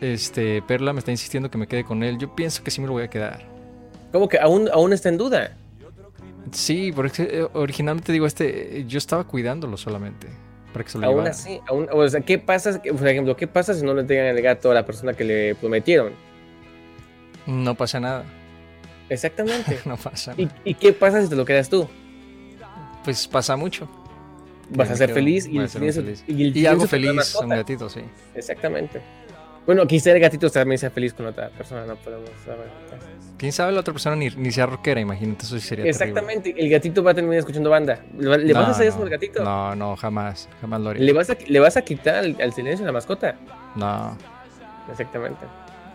Speaker 1: Este, Perla me está insistiendo que me quede con él. Yo pienso que sí me lo voy a quedar.
Speaker 2: Como que aún, aún está en duda.
Speaker 1: Sí, porque eh, originalmente digo, este, eh, yo estaba cuidándolo solamente. Para que se lo
Speaker 2: Aún
Speaker 1: llevara.
Speaker 2: así, aún, o sea, ¿qué pasa? Por ejemplo, ¿qué pasa si no le entregan el gato a la persona que le prometieron?
Speaker 1: No pasa nada.
Speaker 2: Exactamente.
Speaker 1: No pasa
Speaker 2: ¿Y,
Speaker 1: nada.
Speaker 2: y qué pasa si te lo quedas tú?
Speaker 1: Pues pasa mucho.
Speaker 2: Vas
Speaker 1: me
Speaker 2: a ser
Speaker 1: quedo-
Speaker 2: feliz y
Speaker 1: voy a
Speaker 2: el
Speaker 1: ser muy
Speaker 2: silencio-
Speaker 1: feliz.
Speaker 2: el
Speaker 1: Y algo
Speaker 2: silencio te da
Speaker 1: feliz a un
Speaker 2: mascota.
Speaker 1: gatito, sí.
Speaker 2: Exactamente. Bueno, quizá el gatito también sea feliz con otra persona, no podemos saber.
Speaker 1: Quién sabe la otra persona ni, ni sea rockera, imagínate, eso sí sería terrible.
Speaker 2: Exactamente, el gatito va a terminar escuchando banda. ¿Le, va- le vas a
Speaker 1: No,
Speaker 2: hacer eso
Speaker 1: no,
Speaker 2: al gatito?
Speaker 1: No, no, jamás. Jamás lo haré.
Speaker 2: ¿Le, vas a, ¿Le vas a quitar al, al silencio la mascota?
Speaker 1: No.
Speaker 2: Exactamente.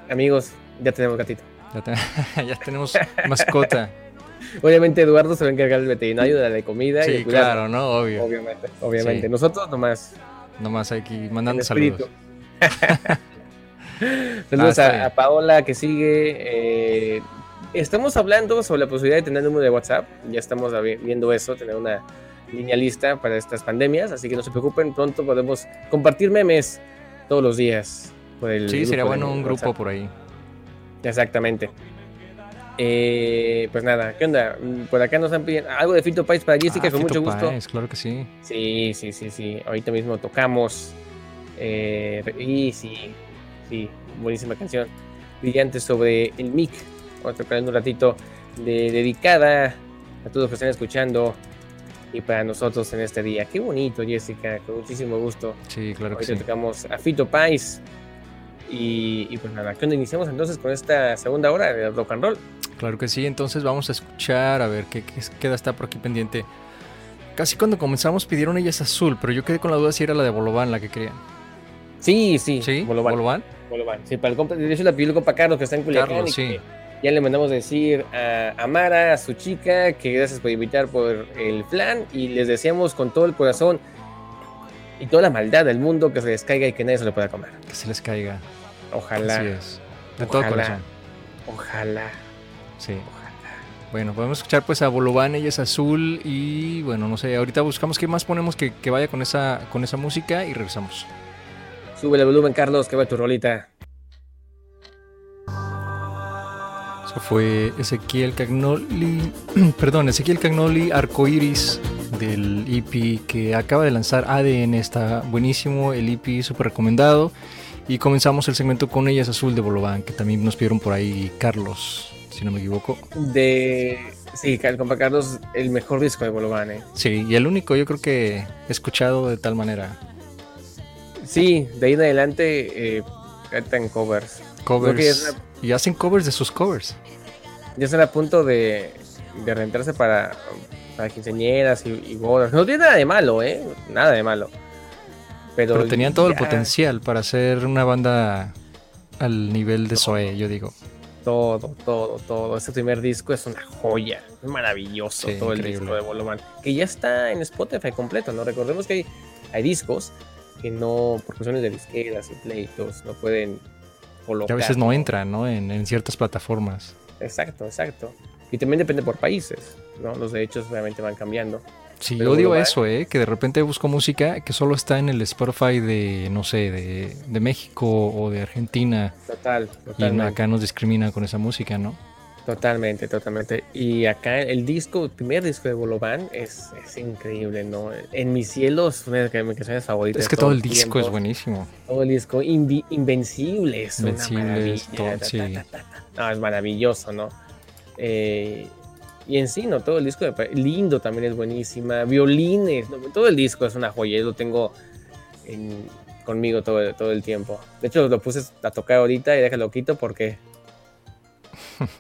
Speaker 2: Amigos, ya tenemos gatito.
Speaker 1: Ya, te- ya tenemos mascota.
Speaker 2: Obviamente Eduardo se va a encargar del veterinario, de la de comida y
Speaker 1: Sí,
Speaker 2: de cuidarlo.
Speaker 1: claro, ¿no? Obvio.
Speaker 2: Obviamente, obviamente.
Speaker 1: Sí.
Speaker 2: Nosotros nomás
Speaker 1: Nomás aquí
Speaker 2: En
Speaker 1: mandando
Speaker 2: espíritu.
Speaker 1: saludos.
Speaker 2: Saludos
Speaker 1: Ah, está bien.
Speaker 2: a, a Paola que sigue. eh, estamos hablando sobre la posibilidad de tener número de WhatsApp. Ya estamos avi- viendo eso, tener una línea lista para estas pandemias. Así que no se preocupen, pronto podemos compartir memes todos los días. Por el
Speaker 1: Sí, sería
Speaker 2: grupo
Speaker 1: bueno
Speaker 2: de
Speaker 1: un grupo
Speaker 2: WhatsApp.
Speaker 1: por ahí.
Speaker 2: Exactamente. Eh, pues nada, ¿qué onda? Mm, Por acá nos han pedido algo de Fito Pais para Jessica,
Speaker 1: Ah,
Speaker 2: con este mucho
Speaker 1: Fito
Speaker 2: gusto.
Speaker 1: Páez, claro que sí.
Speaker 2: Sí, sí, sí, sí. Ahorita mismo tocamos. eh, y sí, sí, buenísima canción. Brillante sobre el mic. Vamos a tocar en un ratito de, dedicada a todos los que están escuchando y para nosotros en este día. Qué bonito, Jessica, con muchísimo gusto.
Speaker 1: Sí, claro
Speaker 2: Hoy
Speaker 1: que
Speaker 2: te
Speaker 1: sí.
Speaker 2: tocamos a Fito Pais. Y, y pues nada, ¿qué onda? Iniciamos entonces con esta segunda hora de rock and roll.
Speaker 1: Claro que sí, entonces vamos a escuchar, a ver qué, qué queda, está por aquí pendiente. Casi cuando comenzamos pidieron ellas azul, pero yo quedé con la duda si era la de Bolovan la que querían.
Speaker 2: Sí, sí,
Speaker 1: ¿Sí?
Speaker 2: Bolovan.
Speaker 1: ¿Bolovan?
Speaker 2: Bolovan. Sí, para el compa, de hecho la pidió el compa Carlos que está en Culiacán.
Speaker 1: Carlos,
Speaker 2: y
Speaker 1: sí.
Speaker 2: que Ya le mandamos decir a, a Mara, a su chica, que gracias por invitar por el plan y les deseamos con todo el corazón y toda la maldad del mundo que se les caiga y que nadie se lo pueda comer.
Speaker 1: Que se les caiga. Así
Speaker 2: Ojalá,
Speaker 1: es. De todo
Speaker 2: Ojalá.
Speaker 1: corazón.
Speaker 2: ojalá,
Speaker 1: Sí.
Speaker 2: ojalá.
Speaker 1: Bueno, podemos escuchar pues a Bolovan, ella es azul y bueno, no sé, ahorita buscamos qué más ponemos que, que vaya con esa, con esa música y regresamos.
Speaker 2: Sube el volumen, Carlos, que va tu rolita.
Speaker 1: Eso fue Ezequiel Cagnoli, perdón, Ezequiel Cagnoli Arcoiris del EP que acaba de lanzar ADN, está buenísimo, el EP súper recomendado. Y comenzamos el segmento con Ellas Azul de Bolovan, que también nos pidieron por ahí Carlos, si no me equivoco.
Speaker 2: De. Sí, el compa Carlos, el mejor disco de Bolovan, ¿eh?
Speaker 1: Sí, y el único yo creo que he escuchado de tal manera.
Speaker 2: Sí, de ahí en adelante eh, cantan covers. Creo que es
Speaker 1: Covers.
Speaker 2: una-
Speaker 1: Y hacen covers de sus covers.
Speaker 2: Ya están a punto de, de rentarse para, para quinceañeras y, y bodas. No tiene nada de malo, ¿eh? Nada de malo. Pero,
Speaker 1: Pero tenían todo el
Speaker 2: ya,
Speaker 1: potencial para ser una banda al nivel de Zoe, yo digo.
Speaker 2: Todo, todo, todo. Este primer disco es una joya. Es maravilloso
Speaker 1: Sí,
Speaker 2: todo el
Speaker 1: increíble.
Speaker 2: disco de Bolovan. Que ya está en Spotify completo, ¿no? Recordemos que hay, hay discos que no, por cuestiones de disqueras y pleitos, no pueden colocar.
Speaker 1: Que a veces no entran, ¿no? En, en ciertas plataformas.
Speaker 2: Exacto, exacto. Y también depende por países, ¿no? Los derechos obviamente van cambiando.
Speaker 1: Sí,
Speaker 2: Pero
Speaker 1: yo digo
Speaker 2: global.
Speaker 1: eso, ¿eh? Que de repente busco música que solo está en el Spotify de, no sé, de, de México o de Argentina.
Speaker 2: Total,
Speaker 1: Y
Speaker 2: totalmente.
Speaker 1: acá nos discrimina con esa música, ¿no?
Speaker 2: Totalmente, totalmente. Y acá el disco, el primer disco de Bolovan es, es increíble, ¿no? En mis cielos, una de mis canciones favoritas.
Speaker 1: Es
Speaker 2: de
Speaker 1: que todo el
Speaker 2: los
Speaker 1: disco es
Speaker 2: tiempos.
Speaker 1: buenísimo.
Speaker 2: Todo el disco, Invi- Invencible es una
Speaker 1: Invencible
Speaker 2: maravilla,
Speaker 1: es todo,
Speaker 2: ta, ta,
Speaker 1: sí.
Speaker 2: ta, ta, ta. No, Ah, es maravilloso, ¿no? Eh, y en sí, ¿no? Todo el disco, me pare- lindo también es buenísima. Violines, ¿no? todo el disco es una joya, yo lo tengo en- conmigo todo, el- todo el tiempo. De hecho, lo puse a tocar ahorita y déjalo quito porque...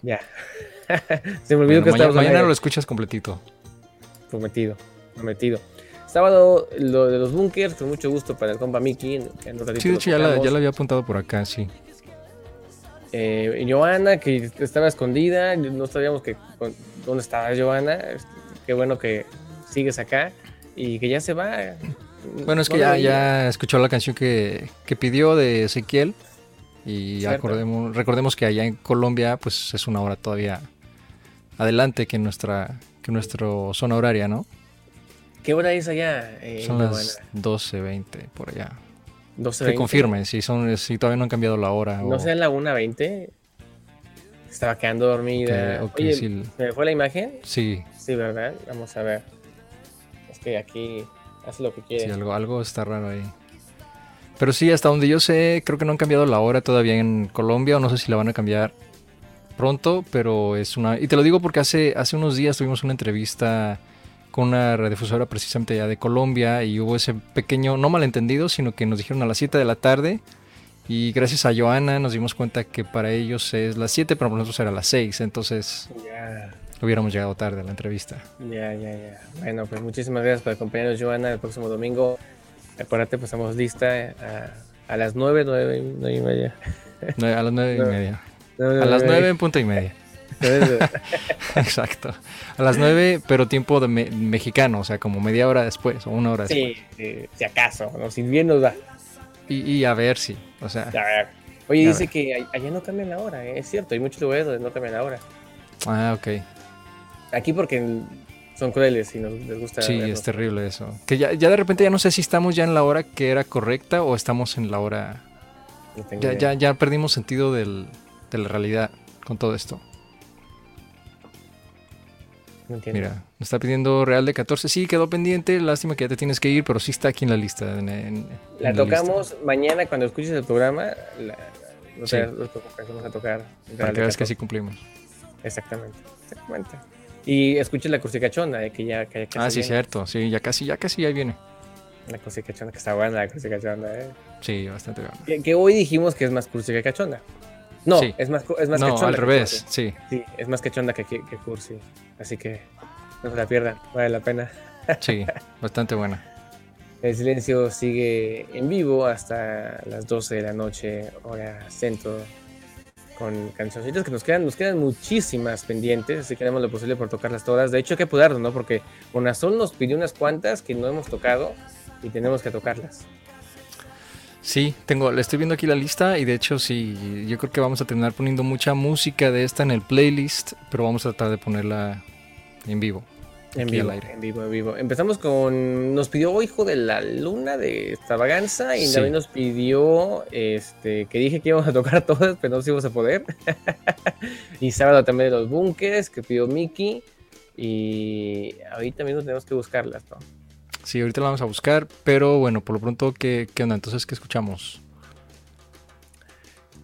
Speaker 2: ya. Se me olvidó
Speaker 1: Bueno, mañana
Speaker 2: que estábamos al
Speaker 1: mañana
Speaker 2: aire.
Speaker 1: lo escuchas completito.
Speaker 2: Prometido, prometido. Sábado, lo de los bunkers, con mucho gusto para el compa Mickey. que en un ratito
Speaker 1: Sí, de
Speaker 2: lo
Speaker 1: hecho ya la,
Speaker 2: tocamos.
Speaker 1: ya la había apuntado por acá, sí.
Speaker 2: Eh, Joana, que estaba escondida, no sabíamos que, con- dónde estaba Joana. este, Qué bueno que sigues acá y que ya se va.
Speaker 1: Bueno, es que
Speaker 2: No la
Speaker 1: ya,
Speaker 2: vi.
Speaker 1: ya escuchó la canción que, que pidió de Ezequiel y
Speaker 2: Cierto.
Speaker 1: acordemos, recordemos que allá en Colombia pues es una hora todavía adelante que nuestra que nuestro zona horaria, ¿no?
Speaker 2: ¿Qué hora es allá? eh,
Speaker 1: Son
Speaker 2: Joana?
Speaker 1: las 12.20 por allá.
Speaker 2: 12:20.
Speaker 1: Que confirmen si son si todavía no han cambiado la hora
Speaker 2: No
Speaker 1: o,
Speaker 2: sea la 1.20. Estaba quedando
Speaker 1: que,
Speaker 2: dormida.
Speaker 1: o que
Speaker 2: Oye,
Speaker 1: si-
Speaker 2: ¿me fue la imagen?
Speaker 1: sí,
Speaker 2: Sí, ¿verdad? Vamos a ver. Es que aquí hace lo que quiere.
Speaker 1: sí, algo algo está raro ahí. Pero sí, hasta donde yo sé, creo que no han cambiado la hora todavía en Colombia, o no sé si la van a cambiar pronto, pero es una... Y te lo digo porque hace, hace unos días tuvimos una entrevista con una radiodifusora precisamente allá de Colombia y hubo ese pequeño, no malentendido, sino que nos dijeron a las 7 de la tarde y gracias a Joana nos dimos cuenta que para ellos es las 7, pero para nosotros era las 6, entonces
Speaker 2: Ya.
Speaker 1: hubiéramos llegado tarde a la entrevista.
Speaker 2: Ya, ya, ya. Bueno, pues muchísimas gracias por acompañarnos, Joana, el próximo domingo. Acuérdate, pues estamos lista a, a las nueve, nueve, nueve y media.
Speaker 1: Nueve- A las 9 y
Speaker 2: No.
Speaker 1: media. A las 9 en punto y media.
Speaker 2: eh,
Speaker 1: Exacto. A las 9, pero tiempo de me- mexicano, o sea, como media hora después o una hora
Speaker 2: Sí, sí, si acaso, ¿no? si bien nos da.
Speaker 1: después. Y, y a ver si, o sea,
Speaker 2: A ver. Oye,
Speaker 1: A
Speaker 2: dice
Speaker 1: ver.
Speaker 2: que a- allá no cambian la hora, ¿eh? es cierto, hay muchos lugares donde no cambian la hora.
Speaker 1: ah, ok.
Speaker 2: Aquí porque son crueles y nos les gusta.
Speaker 1: Sí,
Speaker 2: vernos.
Speaker 1: es terrible eso. Que ya, ya de repente ya no sé si estamos ya en la hora que era correcta o estamos en la hora...
Speaker 2: No tengo
Speaker 1: Ya,
Speaker 2: idea.
Speaker 1: ya, ya perdimos sentido del, de la realidad con todo esto.
Speaker 2: No entiendo.
Speaker 1: Mira, nos está pidiendo Real de 14. Sí, quedó pendiente, lástima que ya te tienes que ir, pero sí está aquí en la lista. en- en-
Speaker 2: La
Speaker 1: en lista.
Speaker 2: tocamos mañana cuando escuches el programa. La, no
Speaker 1: Sí.
Speaker 2: sé, lo que vamos a tocar.
Speaker 1: Para que veas que
Speaker 2: sí
Speaker 1: sí cumplimos.
Speaker 2: Exactamente, exactamente. Y escuchen la crucicachona, eh, que ya que ya casi
Speaker 1: Ah, sí,
Speaker 2: viene.
Speaker 1: cierto. Sí, ya casi, ya casi ahí viene.
Speaker 2: La crucicachona, que está buena la crucicachona, eh.
Speaker 1: Sí, bastante bueno.
Speaker 2: Que, que hoy dijimos que es más cursi que cachonda. No,
Speaker 1: Sí.
Speaker 2: es más, cu- es más
Speaker 1: No,
Speaker 2: cachonda.
Speaker 1: al
Speaker 2: que
Speaker 1: revés, sí.
Speaker 2: cursi. Sí, es más cachonda que, que, que cursi. Así que no se la pierdan, vale la pena.
Speaker 1: Sí, bastante buena.
Speaker 2: El silencio sigue en vivo hasta las 12 de la noche, hora centro, con cancioncitas que nos quedan, nos quedan muchísimas pendientes, así que haremos lo posible por tocarlas todas. De hecho, hay que apurarnos, ¿no? Porque Bonazón nos pidió unas cuantas que no hemos tocado y tenemos que tocarlas.
Speaker 1: Sí, tengo, le estoy viendo aquí la lista y de hecho sí, yo creo que vamos a terminar poniendo mucha música de esta en el playlist, pero vamos a tratar de ponerla en vivo.
Speaker 2: En
Speaker 1: aquí al
Speaker 2: vivo,
Speaker 1: aire.
Speaker 2: en vivo, en vivo. Empezamos con. Nos pidió oh, Hijo de la Luna de Extravaganza y
Speaker 1: Sí.
Speaker 2: también nos pidió este que dije que íbamos a tocar todas, pero no sé si íbamos a poder. y sábado también de los Bunkers que pidió Mickey. Y ahorita mismo tenemos que buscarlas, ¿no?
Speaker 1: Sí, ahorita la vamos a buscar, pero bueno, por lo pronto, ¿qué, qué onda? Entonces, ¿qué escuchamos?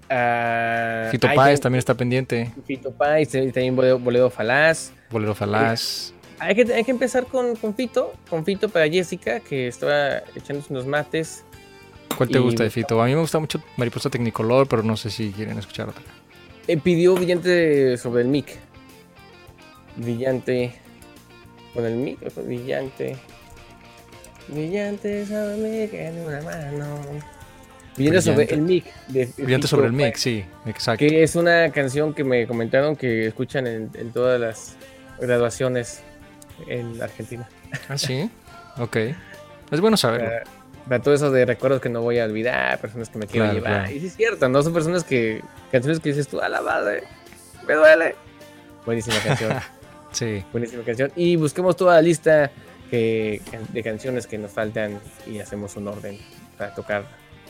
Speaker 2: Ah,
Speaker 1: Fito
Speaker 2: ay,
Speaker 1: Páez también está pendiente,
Speaker 2: Fito Páez, y también Boledo, Boledo Falaz.
Speaker 1: Bolero Falaz.
Speaker 2: Hay que, hay que empezar con, con Fito, con Fito para Jessica, que estaba echándose unos mates.
Speaker 1: ¿Cuál te
Speaker 2: y-
Speaker 1: gusta de Fito? A mí me gusta mucho Mariposa Tecnicolor, pero no sé si quieren escuchar otra.
Speaker 2: Eh, pidió brillante sobre el mic. Brillante. Con el mic, o con brillante. Brillante sobre el mic en una mano. Brillante, sobre
Speaker 1: Brillante.
Speaker 2: el mic. de
Speaker 1: Brillante
Speaker 2: Fito
Speaker 1: sobre el mix,
Speaker 2: Páez,
Speaker 1: sí, exacto.
Speaker 2: Que es una canción que me comentaron que escuchan en, en todas las graduaciones en Argentina.
Speaker 1: Ah, sí, ok. Es bueno saberlo.
Speaker 2: Para, para Eh, todo eso de recuerdos que no voy a olvidar, personas que me quiero
Speaker 1: Claro,
Speaker 2: llevar.
Speaker 1: claro.
Speaker 2: Y sí es cierto, ¿no? Son personas que. Canciones que dices tú, a la madre, me duele. Buenísima canción. Ah.
Speaker 1: Sí,
Speaker 2: Buenísima canción. Y busquemos toda la lista que- de canciones que nos faltan y hacemos un orden para tocar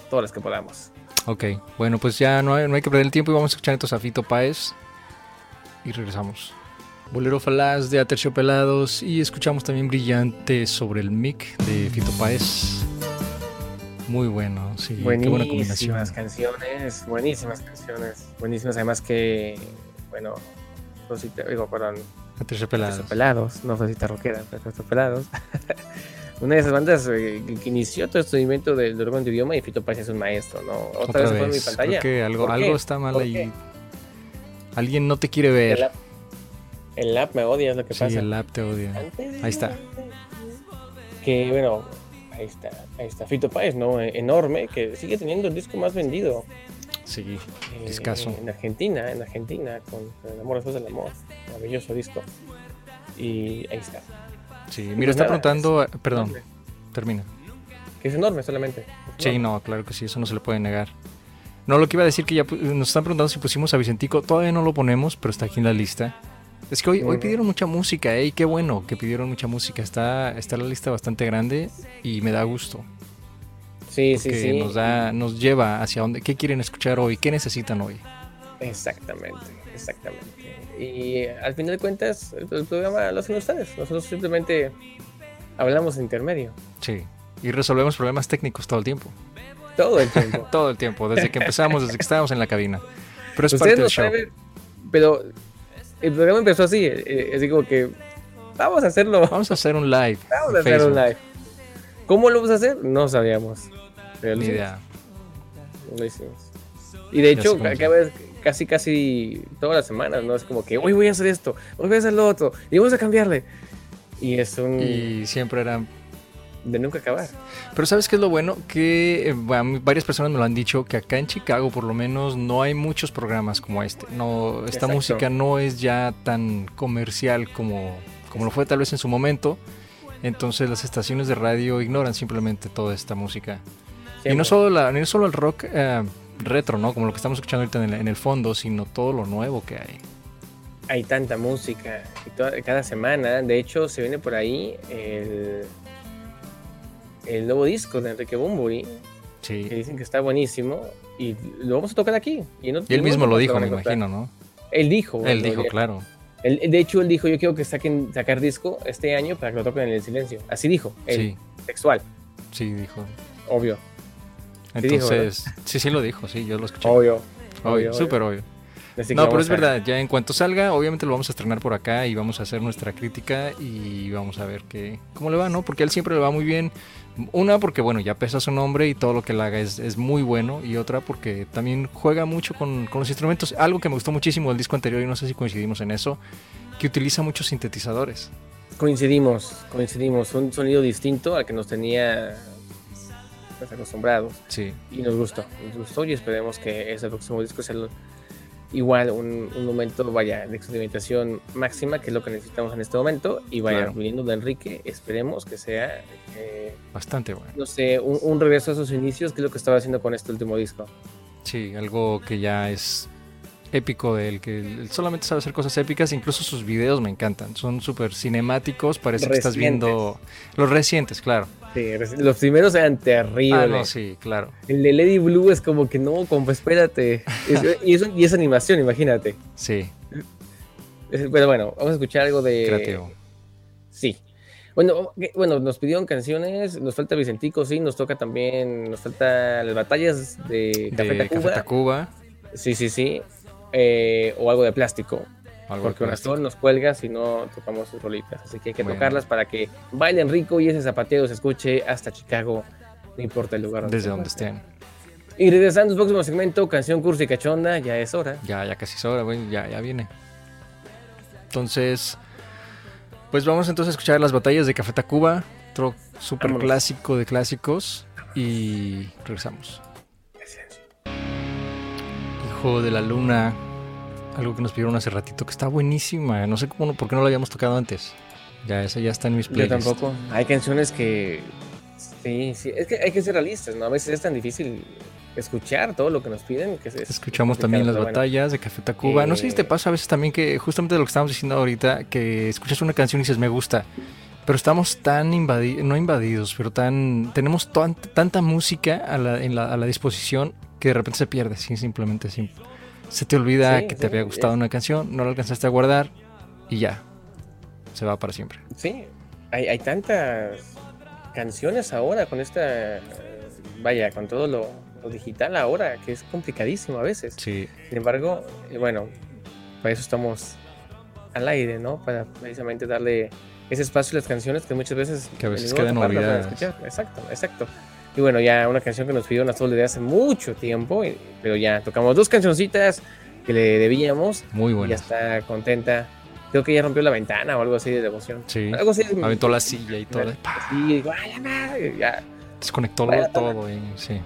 Speaker 2: todas las que podamos.
Speaker 1: ok. Bueno, pues ya no hay, no hay que perder el tiempo y vamos a escuchar entonces a Fito Páez. Y regresamos. Bolero Falaz de Aterciopelados y escuchamos también Brillante sobre el mic de Fito Páez. Muy bueno, sí, qué buena combinación.
Speaker 2: buenísimas canciones, buenísimas canciones, buenísimas. Además que, bueno, Rosita, digo, perdón,
Speaker 1: Aterciopelados.
Speaker 2: Pelados, no Rosita Roquera, pero Pelados. Una de esas bandas eh, que, que inició todo este invento del órgano de idioma y Fito Páez es un maestro, ¿no? Otra,
Speaker 1: Otra
Speaker 2: vez,
Speaker 1: vez,
Speaker 2: fue en mi pantalla.
Speaker 1: creo que algo,
Speaker 2: ¿Por
Speaker 1: algo
Speaker 2: qué?
Speaker 1: está mal
Speaker 2: ¿Por
Speaker 1: ahí.
Speaker 2: qué?
Speaker 1: Alguien no te quiere
Speaker 2: El
Speaker 1: ver.
Speaker 2: app, el app me odia, es lo que
Speaker 1: sí,
Speaker 2: pasa. ¿Eh?
Speaker 1: el app te odia. Ahí está.
Speaker 2: Que bueno, ahí está, ahí está. Fito Páez, ¿no? E- Enorme, que sigue teniendo el disco más vendido.
Speaker 1: Sí,
Speaker 2: eh,
Speaker 1: Discazo.
Speaker 2: En Argentina, en Argentina, con, con El amor después del amor. Maravilloso disco. Y ahí está.
Speaker 1: sí.
Speaker 2: Pues
Speaker 1: Mira, está
Speaker 2: nada,
Speaker 1: preguntando. Perdón,
Speaker 2: Enorme,
Speaker 1: termina.
Speaker 2: Que es enorme solamente. Es
Speaker 1: Sí,
Speaker 2: enorme.
Speaker 1: no, claro que sí, eso no se le puede negar. No, lo que iba a decir que ya pu- nos están preguntando si pusimos a Vicentico, todavía no lo ponemos, pero está aquí en la lista. Es que hoy, hoy
Speaker 2: Ujú.
Speaker 1: pidieron mucha música, ¿eh? Y qué bueno que pidieron mucha música. Está, está la lista bastante grande y me da gusto.
Speaker 2: Sí, sí,
Speaker 1: Porque
Speaker 2: sí.
Speaker 1: nos da, nos lleva hacia dónde, qué quieren escuchar hoy, qué necesitan hoy.
Speaker 2: Exactamente, exactamente. Y eh, al final de cuentas, el, el programa lo hacen ustedes. Nosotros simplemente hablamos de intermedio.
Speaker 1: Sí. Y resolvemos problemas técnicos todo el tiempo.
Speaker 2: Todo el tiempo.
Speaker 1: Todo el tiempo, desde que empezamos, desde que estábamos en la cabina. Pero es
Speaker 2: Ustedes
Speaker 1: parte
Speaker 2: no
Speaker 1: del show.
Speaker 2: saben, pero el programa empezó así, eh, eh, así como que vamos a hacerlo, vamos
Speaker 1: Vamos a hacer un live.
Speaker 2: a
Speaker 1: en
Speaker 2: hacer un
Speaker 1: Facebook.
Speaker 2: live. ¿Cómo lo vamos a hacer? No sabíamos. Pero lo
Speaker 1: Ni
Speaker 2: hicimos,
Speaker 1: idea.
Speaker 2: lo hicimos. Y de
Speaker 1: Ya
Speaker 2: hecho,
Speaker 1: sé cómo
Speaker 2: ca-
Speaker 1: se
Speaker 2: cada vez, casi, casi todas las semanas, ¿no? Es como que hoy voy a hacer esto, hoy voy a hacer lo otro, y vamos a cambiarle. Y es un
Speaker 1: Y siempre eran
Speaker 2: de nunca acabar.
Speaker 1: Pero ¿sabes qué es lo bueno? Que eh, va- varias personas me lo han dicho, que acá en Chicago por lo menos no hay muchos programas como este. No, esta
Speaker 2: Exacto.
Speaker 1: música no es ya tan comercial como, como lo fue tal vez en su momento. Entonces las estaciones de radio ignoran simplemente toda esta música. Y no
Speaker 2: Siempre.
Speaker 1: solo, la, no solo el rock eh, retro, ¿no? Como lo que estamos escuchando ahorita en el, en el fondo, sino todo lo nuevo que hay.
Speaker 2: hay tanta música y toda- cada semana. De hecho, se viene por ahí el, el nuevo disco de Enrique Bumburi,
Speaker 1: Sí.
Speaker 2: que dicen que está buenísimo y lo vamos a tocar aquí. Y, no-
Speaker 1: Y él
Speaker 2: no
Speaker 1: mismo lo
Speaker 2: lo
Speaker 1: dijo,
Speaker 2: van a
Speaker 1: me
Speaker 2: encontrar.
Speaker 1: imagino, ¿no?
Speaker 2: Él dijo.
Speaker 1: Él
Speaker 2: lo
Speaker 1: dijo,
Speaker 2: de-
Speaker 1: claro.
Speaker 2: él- de hecho, él dijo, yo quiero que saquen sacar disco este año para que lo toquen en el silencio. Así dijo, él,
Speaker 1: Sí,
Speaker 2: textual,
Speaker 1: sí, dijo.
Speaker 2: obvio,
Speaker 1: Entonces,
Speaker 2: dijo, ¿verdad?
Speaker 1: sí, sí lo dijo, sí, yo lo escuché.
Speaker 2: obvio.
Speaker 1: Obvio, súper obvio. No, pero es verdad, ya en cuanto salga, obviamente lo vamos a estrenar por acá y vamos a hacer nuestra crítica y vamos a ver que, cómo le va, ¿no? Porque a él siempre le va muy bien. Una, porque bueno, ya pesa su nombre y todo lo que le haga es, es muy bueno. Y otra, porque también juega mucho con, con los instrumentos. Algo que me gustó muchísimo del disco anterior, y no sé si coincidimos en eso, que utiliza muchos sintetizadores.
Speaker 2: Coincidimos, coincidimos. Un sonido distinto al que nos tenía pues, acostumbrados.
Speaker 1: Sí.
Speaker 2: Y nos gustó, nos gustó y esperemos que ese próximo disco sea el igual un, un, momento, vaya, de experimentación máxima, que es lo que necesitamos en este momento. Y vaya,
Speaker 1: Claro.
Speaker 2: viniendo de Enrique, esperemos que sea, eh,
Speaker 1: Bastante bueno.
Speaker 2: no sé, un, un regreso a sus inicios, que es lo que estaba haciendo con este último disco.
Speaker 1: Sí, algo que ya es épico de él, que él solamente sabe hacer cosas épicas, incluso sus videos me encantan, son súper cinemáticos, parece que estás
Speaker 2: Recientes.
Speaker 1: viendo los recientes, claro.
Speaker 2: Sí, reci- los primeros eran
Speaker 1: Ah,
Speaker 2: terribles.
Speaker 1: no, sí, claro.
Speaker 2: El de Lady Blue es como que no, como espérate. Es- y, eso, y es animación, imagínate.
Speaker 1: Sí,
Speaker 2: Es- Pero bueno, vamos a escuchar algo de.
Speaker 1: creativo.
Speaker 2: Sí. Bueno, o- que- bueno, nos pidieron canciones, nos falta Vicentico, sí, nos toca también, nos falta las batallas de Café
Speaker 1: De Café
Speaker 2: Tacuba.
Speaker 1: Tacuba,
Speaker 2: Sí, sí, sí. Eh, o algo de plástico.
Speaker 1: algo este
Speaker 2: Porque
Speaker 1: de
Speaker 2: una sol nos cuelga si no tocamos sus rolitas. Así que hay que
Speaker 1: Bueno.
Speaker 2: tocarlas para que bailen rico y ese zapateo se escuche hasta Chicago. No importa el lugar donde
Speaker 1: desde
Speaker 2: se
Speaker 1: donde
Speaker 2: encuentre.
Speaker 1: estén.
Speaker 2: Y regresando al próximo segmento, canción cursi y cachonda, ya es hora.
Speaker 1: Ya, ya casi es hora, güey, ya, ya viene. Entonces, pues vamos entonces a escuchar las batallas de Café Tacuba, otro súper
Speaker 2: Vámonos.
Speaker 1: clásico de clásicos, y regresamos. Hijo de la Luna, algo que nos pidieron hace ratito, que está buenísima. No sé cómo, no- por qué no la habíamos tocado antes. Ya, esa ya está en mis
Speaker 2: Yo
Speaker 1: playlists.
Speaker 2: tampoco. Hay canciones que. Sí, sí. Es que hay que ser realistas, ¿no? A veces es tan difícil escuchar todo lo que nos piden. Que es- es
Speaker 1: Escuchamos
Speaker 2: complicado,
Speaker 1: también las
Speaker 2: pero bueno.
Speaker 1: batallas de Café Tacuba. No sé si te
Speaker 2: Eh,
Speaker 1: pasa a veces también que, justamente de lo que estamos diciendo ahorita, que escuchas una canción y dices, me gusta. Pero estamos tan invadidos, no invadidos, pero tan tenemos tan- tanta música a la, en la- a la disposición que de repente se pierde, sí, simplemente sí. se te olvida
Speaker 2: Sí,
Speaker 1: que te
Speaker 2: sí,
Speaker 1: había gustado
Speaker 2: es-
Speaker 1: una canción, no la alcanzaste a guardar y ya, se va para siempre.
Speaker 2: Sí, hay, hay tantas canciones ahora con esta, eh, vaya, con todo lo, lo digital ahora, que es complicadísimo a veces.
Speaker 1: Sí,
Speaker 2: Sin embargo, eh, bueno, para eso estamos al aire, ¿no? Para precisamente darle ese espacio a las canciones que muchas veces...
Speaker 1: Que a veces
Speaker 2: de nuevo
Speaker 1: quedan
Speaker 2: taparlas para
Speaker 1: olvidadas.
Speaker 2: escuchar. Exacto, exacto. Y bueno, ya una canción que nos pidieron a Sol desde hace mucho tiempo, y- pero ya tocamos dos cancioncitas que le debíamos
Speaker 1: muy
Speaker 2: y ya
Speaker 1: buena.
Speaker 2: está contenta. Creo que ya rompió la ventana o algo así de devoción.
Speaker 1: Sí,
Speaker 2: Algo así.
Speaker 1: aventó la silla y todo, ¡pah!
Speaker 2: Sí, digo, "Ah, la madre", ya.
Speaker 1: desconectó
Speaker 2: Bueno,
Speaker 1: todo, y- sí.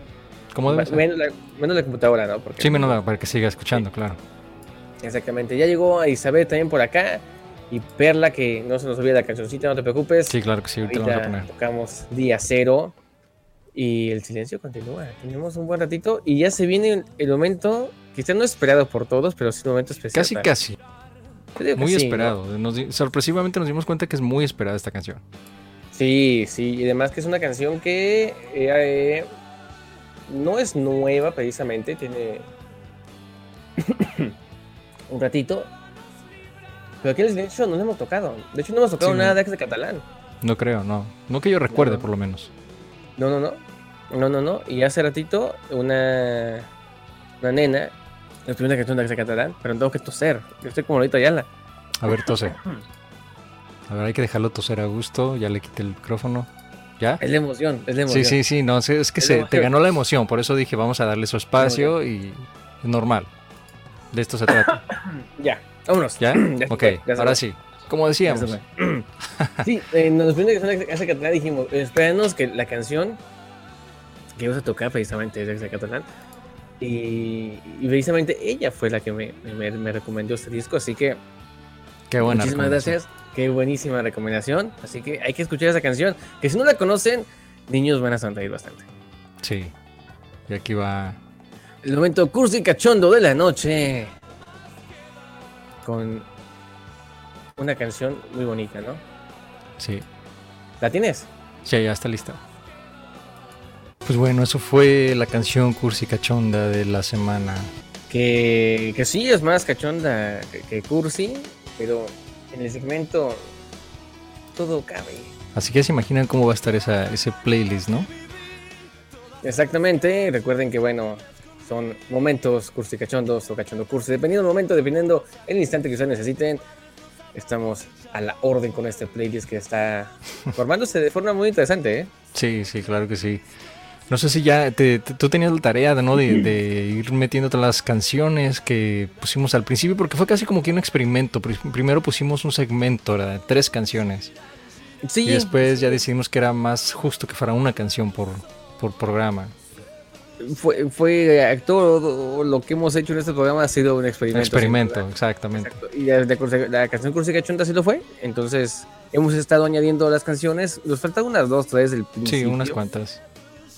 Speaker 1: ¿Cómo debe ser?
Speaker 2: Menos la, menos la computadora, ¿no? Porque,
Speaker 1: Sí, menos para que siga escuchando, claro.
Speaker 2: Exactamente. Ya llegó Isabel también por acá. Y Perla, que no se nos olvide la cancioncita, no te preocupes.
Speaker 1: Sí, claro que sí, ahorita lo vamos a
Speaker 2: Ahorita
Speaker 1: poner.
Speaker 2: tocamos día cero. Y el silencio continúa. Tenemos un buen ratito. Y ya se viene el momento, quizás no esperado por todos, pero sí un momento especial.
Speaker 1: Casi,
Speaker 2: para-
Speaker 1: casi.
Speaker 2: Yo digo que
Speaker 1: Muy
Speaker 2: sí, ¿no?
Speaker 1: esperado. Nos di- sorpresivamente nos dimos cuenta que es muy esperada esta canción.
Speaker 2: Sí, sí, y además que es una canción que eh, eh, no es nueva precisamente, tiene un ratito. Pero aquí en el silencio no la hemos tocado. De hecho, no hemos tocado
Speaker 1: Sí, no.
Speaker 2: nada de Axe de Catalán.
Speaker 1: No creo, no. No que yo recuerde,
Speaker 2: No.
Speaker 1: por lo menos.
Speaker 2: No, no, no. No, no, no. Y hace ratito, una, una nena, la primera canción de Axe de Catalán, pero tengo que toser. Yo estoy como ahorita Ayala.
Speaker 1: A ver, tose. A ver, hay que dejarlo toser a gusto. Ya le quité el micrófono. ¿Ya?
Speaker 2: Es la emoción, es la emoción.
Speaker 1: Sí, sí, sí. No, sí, es que
Speaker 2: Es
Speaker 1: se, te
Speaker 2: emoción.
Speaker 1: ganó la emoción. Por eso dije, vamos a darle su espacio y es normal. De esto se trata.
Speaker 2: Ya, vámonos.
Speaker 1: ¿Ya?
Speaker 2: se
Speaker 1: Ok,
Speaker 2: fue, ya se
Speaker 1: ahora
Speaker 2: fue.
Speaker 1: sí. Como
Speaker 2: Ya
Speaker 1: decíamos.
Speaker 2: se fue. Sí, eh, nos primera canción de Exa Catalán dijimos, espéranos que la canción que ibas a tocar precisamente es de Exa Catalán. Y, y precisamente ella fue la que me, me- me recomendó este disco, así que
Speaker 1: Qué buena.
Speaker 2: muchísimas
Speaker 1: recomendación.
Speaker 2: gracias. Qué buenísima recomendación. Así que hay que escuchar esa canción, que si no la conocen, niños van a sonreír bastante.
Speaker 1: Sí. Y aquí va
Speaker 2: El momento cursi y cachondo de la noche. Con una canción muy bonita, ¿no?
Speaker 1: Sí.
Speaker 2: ¿La tienes?
Speaker 1: Sí, ya está lista. Pues bueno, eso fue la canción Cursi Cachonda de la semana.
Speaker 2: que, que sí es más cachonda que, que cursi, pero en el segmento todo cabe.
Speaker 1: Así que se imaginan cómo va a estar esa, ese playlist, ¿no?
Speaker 2: Exactamente, recuerden que bueno, son momentos cursi cachondos o cachondo cursi, dependiendo del momento, dependiendo el instante que ustedes necesiten. Estamos a la orden con este playlist que está formándose de forma muy interesante. ¿eh?
Speaker 1: Sí, sí, claro que sí. No sé si ya te- te- tú tenías la tarea ¿no? de, de ir metiéndote las canciones que pusimos al principio, porque fue casi como que un experimento. Pri- Primero pusimos un segmento, ¿verdad? de tres canciones.
Speaker 2: Sí,
Speaker 1: Y después ya decidimos que era más justo que fuera una canción por, por programa.
Speaker 2: fue, fue eh, todo lo que hemos hecho en este programa ha sido un
Speaker 1: Un
Speaker 2: experimento.
Speaker 1: experimento,
Speaker 2: sin
Speaker 1: exactamente.
Speaker 2: duda. Exacto. Y la, la- la canción Cursi Cachonda sí lo fue. Entonces hemos estado añadiendo las canciones. Nos faltan unas dos, tres del principio.
Speaker 1: Sí, unas cuantas.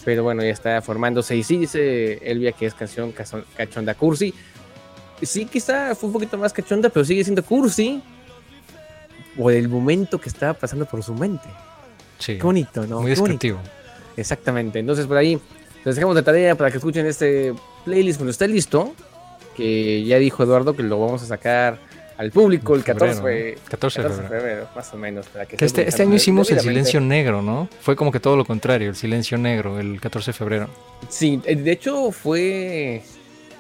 Speaker 2: Pero bueno, ya está formándose. Y sí, dice Elvia que es canción cazo- cachonda cursi. Sí, quizá fue un poquito más cachonda, pero sigue siendo cursi. Por el momento que estaba pasando por su mente.
Speaker 1: Sí.
Speaker 2: Qué bonito, ¿no?
Speaker 1: Muy
Speaker 2: Qué bonito.
Speaker 1: descriptivo.
Speaker 2: Exactamente. Entonces, por ahí les dejamos de tarea para que escuchen este playlist cuando esté listo. Que ya dijo Eduardo que lo vamos a sacar al público el 14,
Speaker 1: Febrero, ¿no? 14 de
Speaker 2: 14 de
Speaker 1: febrero.
Speaker 2: febrero, más o menos. Para que
Speaker 1: Que
Speaker 2: estén
Speaker 1: este, este año
Speaker 2: pensando
Speaker 1: hicimos el
Speaker 2: debidamente.
Speaker 1: silencio negro, ¿no? Fue como que todo lo contrario, el silencio negro, el 14 de febrero.
Speaker 2: Sí, eh, de hecho fue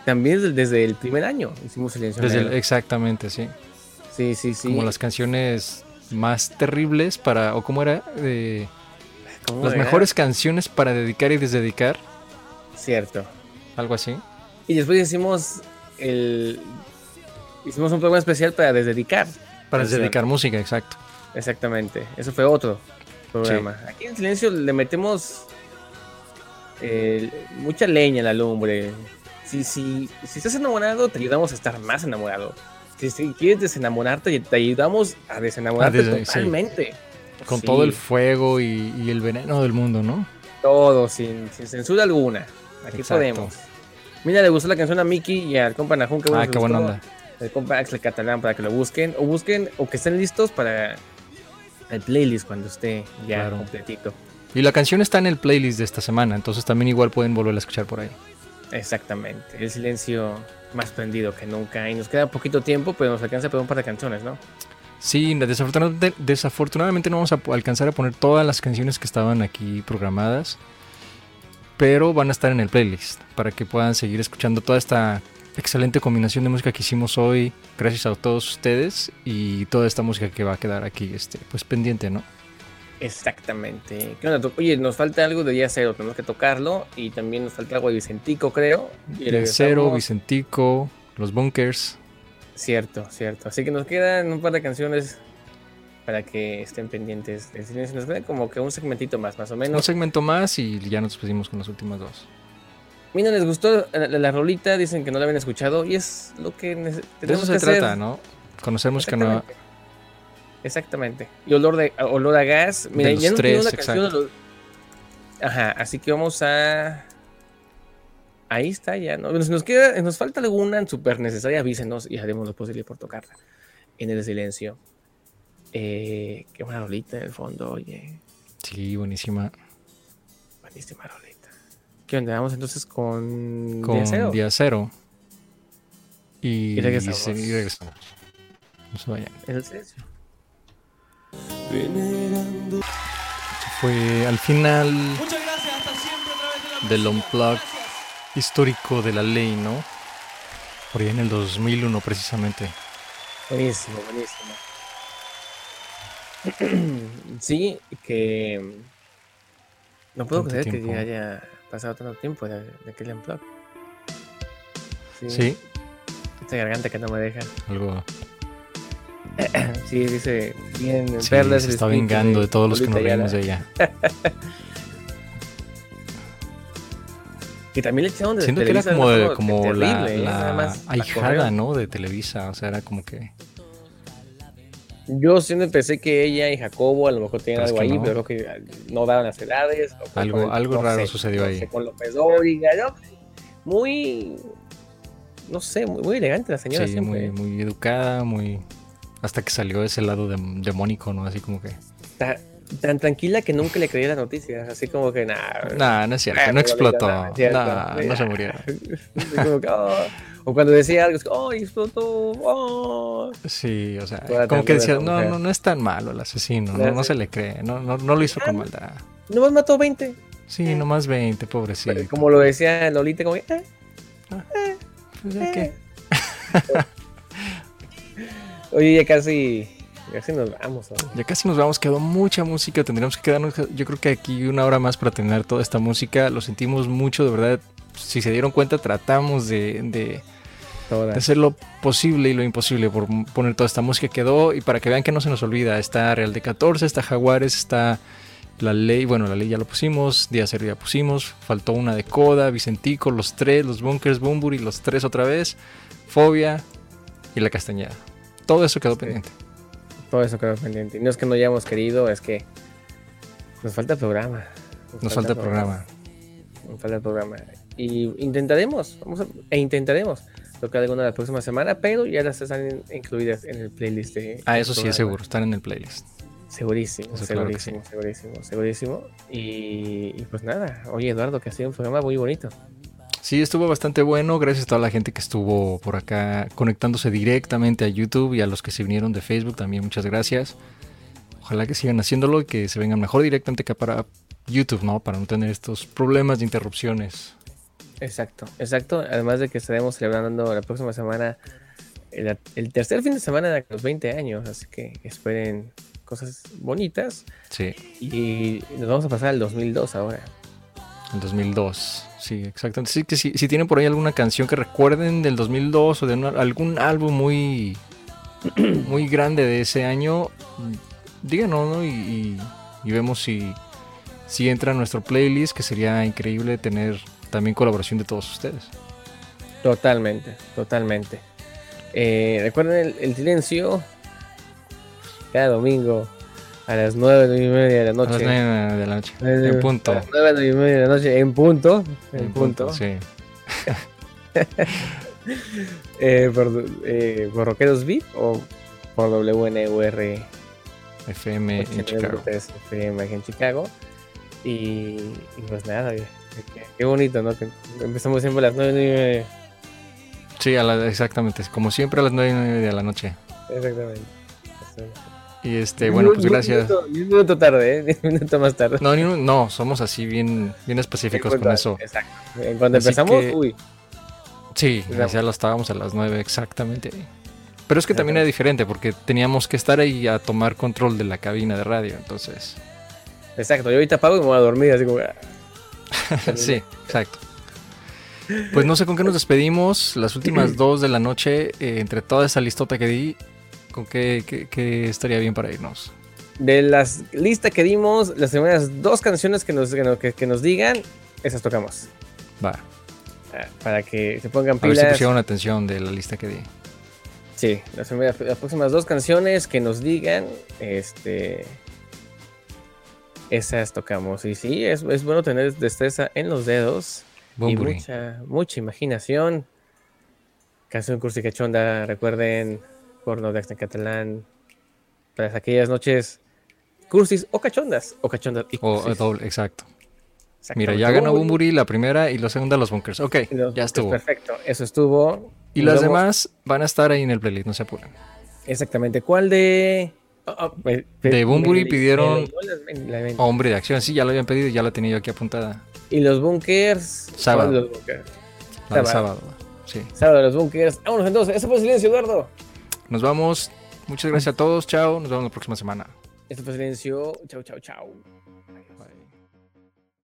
Speaker 2: también desde- desde el primer año hicimos silencio.
Speaker 1: Desde el-
Speaker 2: negro.
Speaker 1: exactamente, sí.
Speaker 2: sí, sí, sí.
Speaker 1: Como las canciones más terribles para, o cómo era, Eh,
Speaker 2: ¿Cómo
Speaker 1: las
Speaker 2: era?
Speaker 1: mejores canciones para dedicar y desdedicar,
Speaker 2: Cierto.
Speaker 1: algo así.
Speaker 2: Y después hicimos el hicimos un programa especial para desdedicar.
Speaker 1: Para
Speaker 2: O sea,
Speaker 1: dedicar música, exacto.
Speaker 2: Exactamente, eso fue otro programa. Aquí en silencio le metemos eh, mucha leña a la lumbre. Si, si, si estás enamorado, te ayudamos a estar más enamorado. Si, si quieres desenamorarte, te ayudamos a desenamorarte
Speaker 1: A des- sí.
Speaker 2: totalmente.
Speaker 1: Con
Speaker 2: Sí,
Speaker 1: todo el fuego y, y el veneno del mundo, ¿no?
Speaker 2: todo, sin, sin censura alguna. Aquí
Speaker 1: Exacto.
Speaker 2: podemos. Mira, le gustó la canción a Mickey y al compa Najun. bueno
Speaker 1: ah,
Speaker 2: que
Speaker 1: qué
Speaker 2: les
Speaker 1: buena
Speaker 2: gustó.
Speaker 1: onda.
Speaker 2: El compa Axel Catalán para que lo busquen. O busquen, o que estén listos para el playlist cuando esté ya
Speaker 1: Claro.
Speaker 2: completito.
Speaker 1: Y la canción está en el playlist de esta semana, entonces también igual pueden volver a escuchar por ahí.
Speaker 2: Exactamente. El silencio más prendido que nunca. Y nos queda poquito tiempo, pero nos alcanza para un par de canciones, ¿no?
Speaker 1: Sí, desafortunadamente, desafortunadamente no vamos a po- alcanzar a poner todas las canciones que estaban aquí programadas, pero van a estar en el playlist para que puedan seguir escuchando toda esta excelente combinación de música que hicimos hoy, gracias a todos ustedes y toda esta música que va a quedar aquí, este, pues pendiente, ¿no?
Speaker 2: Exactamente. ¿Qué onda? Oye, nos falta algo de día cero. Tenemos que tocarlo. Y también nos falta algo de Vicentico, creo.
Speaker 1: Día
Speaker 2: Y
Speaker 1: Cero,
Speaker 2: regresamos.
Speaker 1: Vicentico, Los Bunkers.
Speaker 2: Cierto, cierto. Así que nos quedan un par de canciones para que estén pendientes del silencio. Nos queda como que un segmentito más, más o
Speaker 1: Un
Speaker 2: menos.
Speaker 1: segmento más y ya nos despedimos con las últimas dos.
Speaker 2: Mira, les gustó la, la- la rolita, dicen que no la habían escuchado y es lo que nece-
Speaker 1: De eso
Speaker 2: tenemos
Speaker 1: se
Speaker 2: que hacer.
Speaker 1: trata, ¿no? Conocer música nueva.
Speaker 2: Exactamente. Exactamente. Y olor de a- olor a gas. Mira,
Speaker 1: De los
Speaker 2: ya no tiene
Speaker 1: tres,
Speaker 2: una canción. de los- Ajá, así que vamos a. Ahí está ya, ¿no? Nos, nos queda, nos falta alguna súper necesaria, avísenos y haremos lo posible por tocarla. En el silencio. Eh, qué buena rolita en el fondo, oye.
Speaker 1: Sí, buenísima.
Speaker 2: Buenísima rolita. ¿Qué onda? Vamos entonces con.
Speaker 1: con
Speaker 2: Día Cero.
Speaker 1: Día Cero. Y,
Speaker 2: Y regresamos.
Speaker 1: y se- y regresamos. No se vayan.
Speaker 2: En el silencio.
Speaker 1: Se Fue al final
Speaker 3: Muchas gracias, hasta siempre a través de la
Speaker 1: Del
Speaker 3: música.
Speaker 1: Unplugged.
Speaker 3: Gracias.
Speaker 1: histórico de la ley, ¿no? Por ahí en el 2001 precisamente.
Speaker 2: Buenísimo, buenísimo. Sí, que. No puedo
Speaker 1: Tanto
Speaker 2: creer que
Speaker 1: tiempo.
Speaker 2: ya haya pasado tanto tiempo de, de aquel unplug.
Speaker 1: Sí, Ah.
Speaker 2: Esta garganta que no me deja.
Speaker 1: algo
Speaker 2: Sí, dice bien
Speaker 1: sí,
Speaker 2: Perla es
Speaker 1: se
Speaker 2: el
Speaker 1: está
Speaker 2: espíritu
Speaker 1: vengando de todos los que
Speaker 2: Lolita
Speaker 1: nos
Speaker 2: Ayala.
Speaker 1: reímos de ella.
Speaker 2: Que también le echaron de
Speaker 1: Siento que era
Speaker 2: Televisa,
Speaker 1: como,
Speaker 2: ¿no?
Speaker 1: de,
Speaker 2: Algo
Speaker 1: como la,
Speaker 2: terrible, ¿eh? Nada
Speaker 1: la
Speaker 2: más la
Speaker 1: ahijada,
Speaker 2: corrieron.
Speaker 1: ¿no? De Televisa, o sea, era como que...
Speaker 2: Yo siempre pensé que ella y Jacobo a lo mejor tenían
Speaker 1: Pero es
Speaker 2: algo
Speaker 1: que
Speaker 2: ahí,
Speaker 1: no.
Speaker 2: pero creo que no daban las edades. o con-
Speaker 1: Algo-
Speaker 2: con-
Speaker 1: algo
Speaker 2: no
Speaker 1: raro sucedió
Speaker 2: no
Speaker 1: ahí.
Speaker 2: sé, con López Dóriga, ¿no? Muy, no sé, muy, muy elegante la señora
Speaker 1: Sí,
Speaker 2: siempre.
Speaker 1: muy, muy educada, muy... Hasta que salió ese lado dem- demónico, ¿no? Así como que...
Speaker 2: Ta- tan tranquila que nunca le creía las noticias, así como que nada.
Speaker 1: Nah, no es cierto,
Speaker 2: Eh,
Speaker 1: no explotó.
Speaker 2: no, no es cierto.
Speaker 1: Nah, no se murió.
Speaker 2: como que, oh, O cuando decía algo, es como, ¡ay, explotó! ¡Oh!
Speaker 1: Sí, o sea,
Speaker 2: Toda
Speaker 1: como que
Speaker 2: ternura
Speaker 1: decía,
Speaker 2: de la
Speaker 1: no,
Speaker 2: mujer.
Speaker 1: no, no es tan malo el asesino, no,
Speaker 2: Ya
Speaker 1: no
Speaker 2: sé.
Speaker 1: se le cree, no, no, no lo hizo con maldad.
Speaker 2: Nomás mató 20.
Speaker 1: Sí, nomás 20, pobrecito.
Speaker 2: Como lo decía Lolita, como, que, "Ah,
Speaker 1: eh, pues ya que.
Speaker 2: Oye, ya casi, casi nos vamos. ¿no?
Speaker 1: Ya casi nos vamos, quedó mucha música. Tendríamos que quedarnos, yo creo que aquí una hora más para tener toda esta música. Lo sentimos mucho, de verdad. Si se dieron cuenta, tratamos de, de- de
Speaker 2: Todas.
Speaker 1: hacer lo posible y lo imposible por m- poner toda esta música. Quedó, y para que vean que no se nos olvida, está Real de 14, está Jaguares, está La Ley, bueno, La Ley ya lo pusimos, Día Cero ya pusimos, faltó una de Coda, Vicentico, Los Tres, Los Bunkers, Bumburi, Los Tres otra vez, Fobia y La Castañeda. Todo eso quedó pendiente.
Speaker 2: Todo eso quedó pendiente. No es que no hayamos querido, es que nos falta programa.
Speaker 1: Nos falta programa.
Speaker 2: Nos falta programa. Y intentaremos, vamos a- e intentaremos tocar alguna la próxima semana, pero ya las están incluidas en el playlist de.
Speaker 1: Ah, eso sí
Speaker 2: del
Speaker 1: es
Speaker 2: programa.
Speaker 1: seguro, están en el playlist.
Speaker 2: Segurísimo,
Speaker 1: Eso claro que
Speaker 2: segurísimo, segurísimo, segurísimo. Y, y pues nada, oye Eduardo, que ha sido un programa muy bonito.
Speaker 1: Sí, estuvo bastante bueno. Gracias a toda la gente que estuvo por acá conectándose directamente a YouTube y a los que se vinieron de Facebook también. Muchas gracias. Ojalá que sigan haciéndolo y que se vengan mejor directamente acá para YouTube, ¿no? Para no tener estos problemas de interrupciones.
Speaker 2: Exacto, exacto. Además de que estaremos celebrando la próxima semana el, el tercer fin de semana de los 20 años, así que esperen cosas bonitas.
Speaker 1: Sí,
Speaker 2: Y nos vamos a pasar al 2002 ahora.
Speaker 1: el 2002. Sí, exactamente. Sí, que si, si tienen por ahí alguna canción que recuerden del 2002 o de una- algún álbum muy, muy grande de ese año, díganos, ¿no? Y, y- y vemos si, si entra a nuestro playlist, que sería increíble tener también colaboración de todos ustedes.
Speaker 2: Totalmente, totalmente. Eh, recuerden el, el silencio cada domingo a las 9 y media de la
Speaker 1: A las
Speaker 2: noche.
Speaker 1: nueve de la noche.
Speaker 2: Eh,
Speaker 1: En punto.
Speaker 2: A las 9 y media de la noche, en punto. En, punto.
Speaker 1: Sí.
Speaker 2: Eh, por, eh, por Rockeros VIP o por WNUR
Speaker 1: FM Eh, en Chicago.
Speaker 2: 89.3 FM aquí en Chicago. Y, y pues nada, qué, qué bonito, ¿no? Que empezamos siempre a las 9 y media.
Speaker 1: Sí, a la- exactamente. Como siempre, a las nueve y media de la noche.
Speaker 2: Exactamente.
Speaker 1: Y este, bueno, pues
Speaker 2: Ni un
Speaker 1: gracias.
Speaker 2: minuto- Ni un minuto tarde, ¿eh? Ni un minuto más tarde.
Speaker 1: No, ni un- no, somos así bien, bien específicos con eso.
Speaker 2: Exacto. En cuanto
Speaker 1: Así
Speaker 2: empezamos,
Speaker 1: que-
Speaker 2: uy,
Speaker 1: Sí,
Speaker 2: Digamos.
Speaker 1: ya lo estábamos a las 9 exactamente. Pero es que también
Speaker 2: Ajá.
Speaker 1: era diferente porque teníamos que estar ahí a tomar control de la cabina de radio, entonces.
Speaker 2: exacto. Yo ahorita pago y me voy a dormir, así como. ah.
Speaker 1: sí, exacto. Pues no sé con qué nos despedimos. Las últimas dos de la noche, eh, entre toda esa listota que di, ¿con qué, qué- qué estaría bien para irnos?
Speaker 2: De las listas que dimos, las primeras dos canciones que nos, que nos, que- que nos digan, esas tocamos.
Speaker 1: Va,
Speaker 2: Ah, Para que se pongan
Speaker 1: a ver si
Speaker 2: pilas.
Speaker 1: pusieron atención de la lista que di.
Speaker 2: Sí, las, primeras- las próximas dos canciones que nos digan, este, esas tocamos. Y sí, es, es bueno tener destreza en los dedos y
Speaker 1: Bumburi.
Speaker 2: mucha, mucha imaginación. Canción Cursi Cachonda, recuerden, porno de acta en catalán. Para aquellas noches cursis o cachondas, o cachondas y
Speaker 1: O
Speaker 2: cursis.
Speaker 1: doble, exacto.
Speaker 2: Exactamente.
Speaker 1: Mira, ya ganó
Speaker 2: Uy,
Speaker 1: Bumburi la primera y la segunda los bunkers. Ok,
Speaker 2: no,
Speaker 1: ya
Speaker 2: es
Speaker 1: estuvo.
Speaker 2: Perfecto, eso estuvo.
Speaker 1: Y
Speaker 2: Nos
Speaker 1: las
Speaker 2: vemos.
Speaker 1: demás van a estar ahí en el playlist, no se apuren.
Speaker 2: Exactamente, ¿cuál de...? pues,
Speaker 1: De Bunbury
Speaker 2: Bumburi
Speaker 1: pidieron- Hombre de acción, sí, ya lo habían pedido y ya la tenía yo aquí apuntada.
Speaker 2: Y los bunkers. ¿cuál
Speaker 1: Oh. Sábado.
Speaker 2: de Los bunkers?
Speaker 1: La del
Speaker 2: Sábado.
Speaker 1: sábado. Sí.
Speaker 2: Sábado de los bunkers. Vámonos entonces. Eso fue Silencio, Eduardo.
Speaker 1: Nos vamos. Muchas gracias a todos. Chao. Nos vemos la próxima semana.
Speaker 2: Esto fue Silencio. Chau, chau, chau.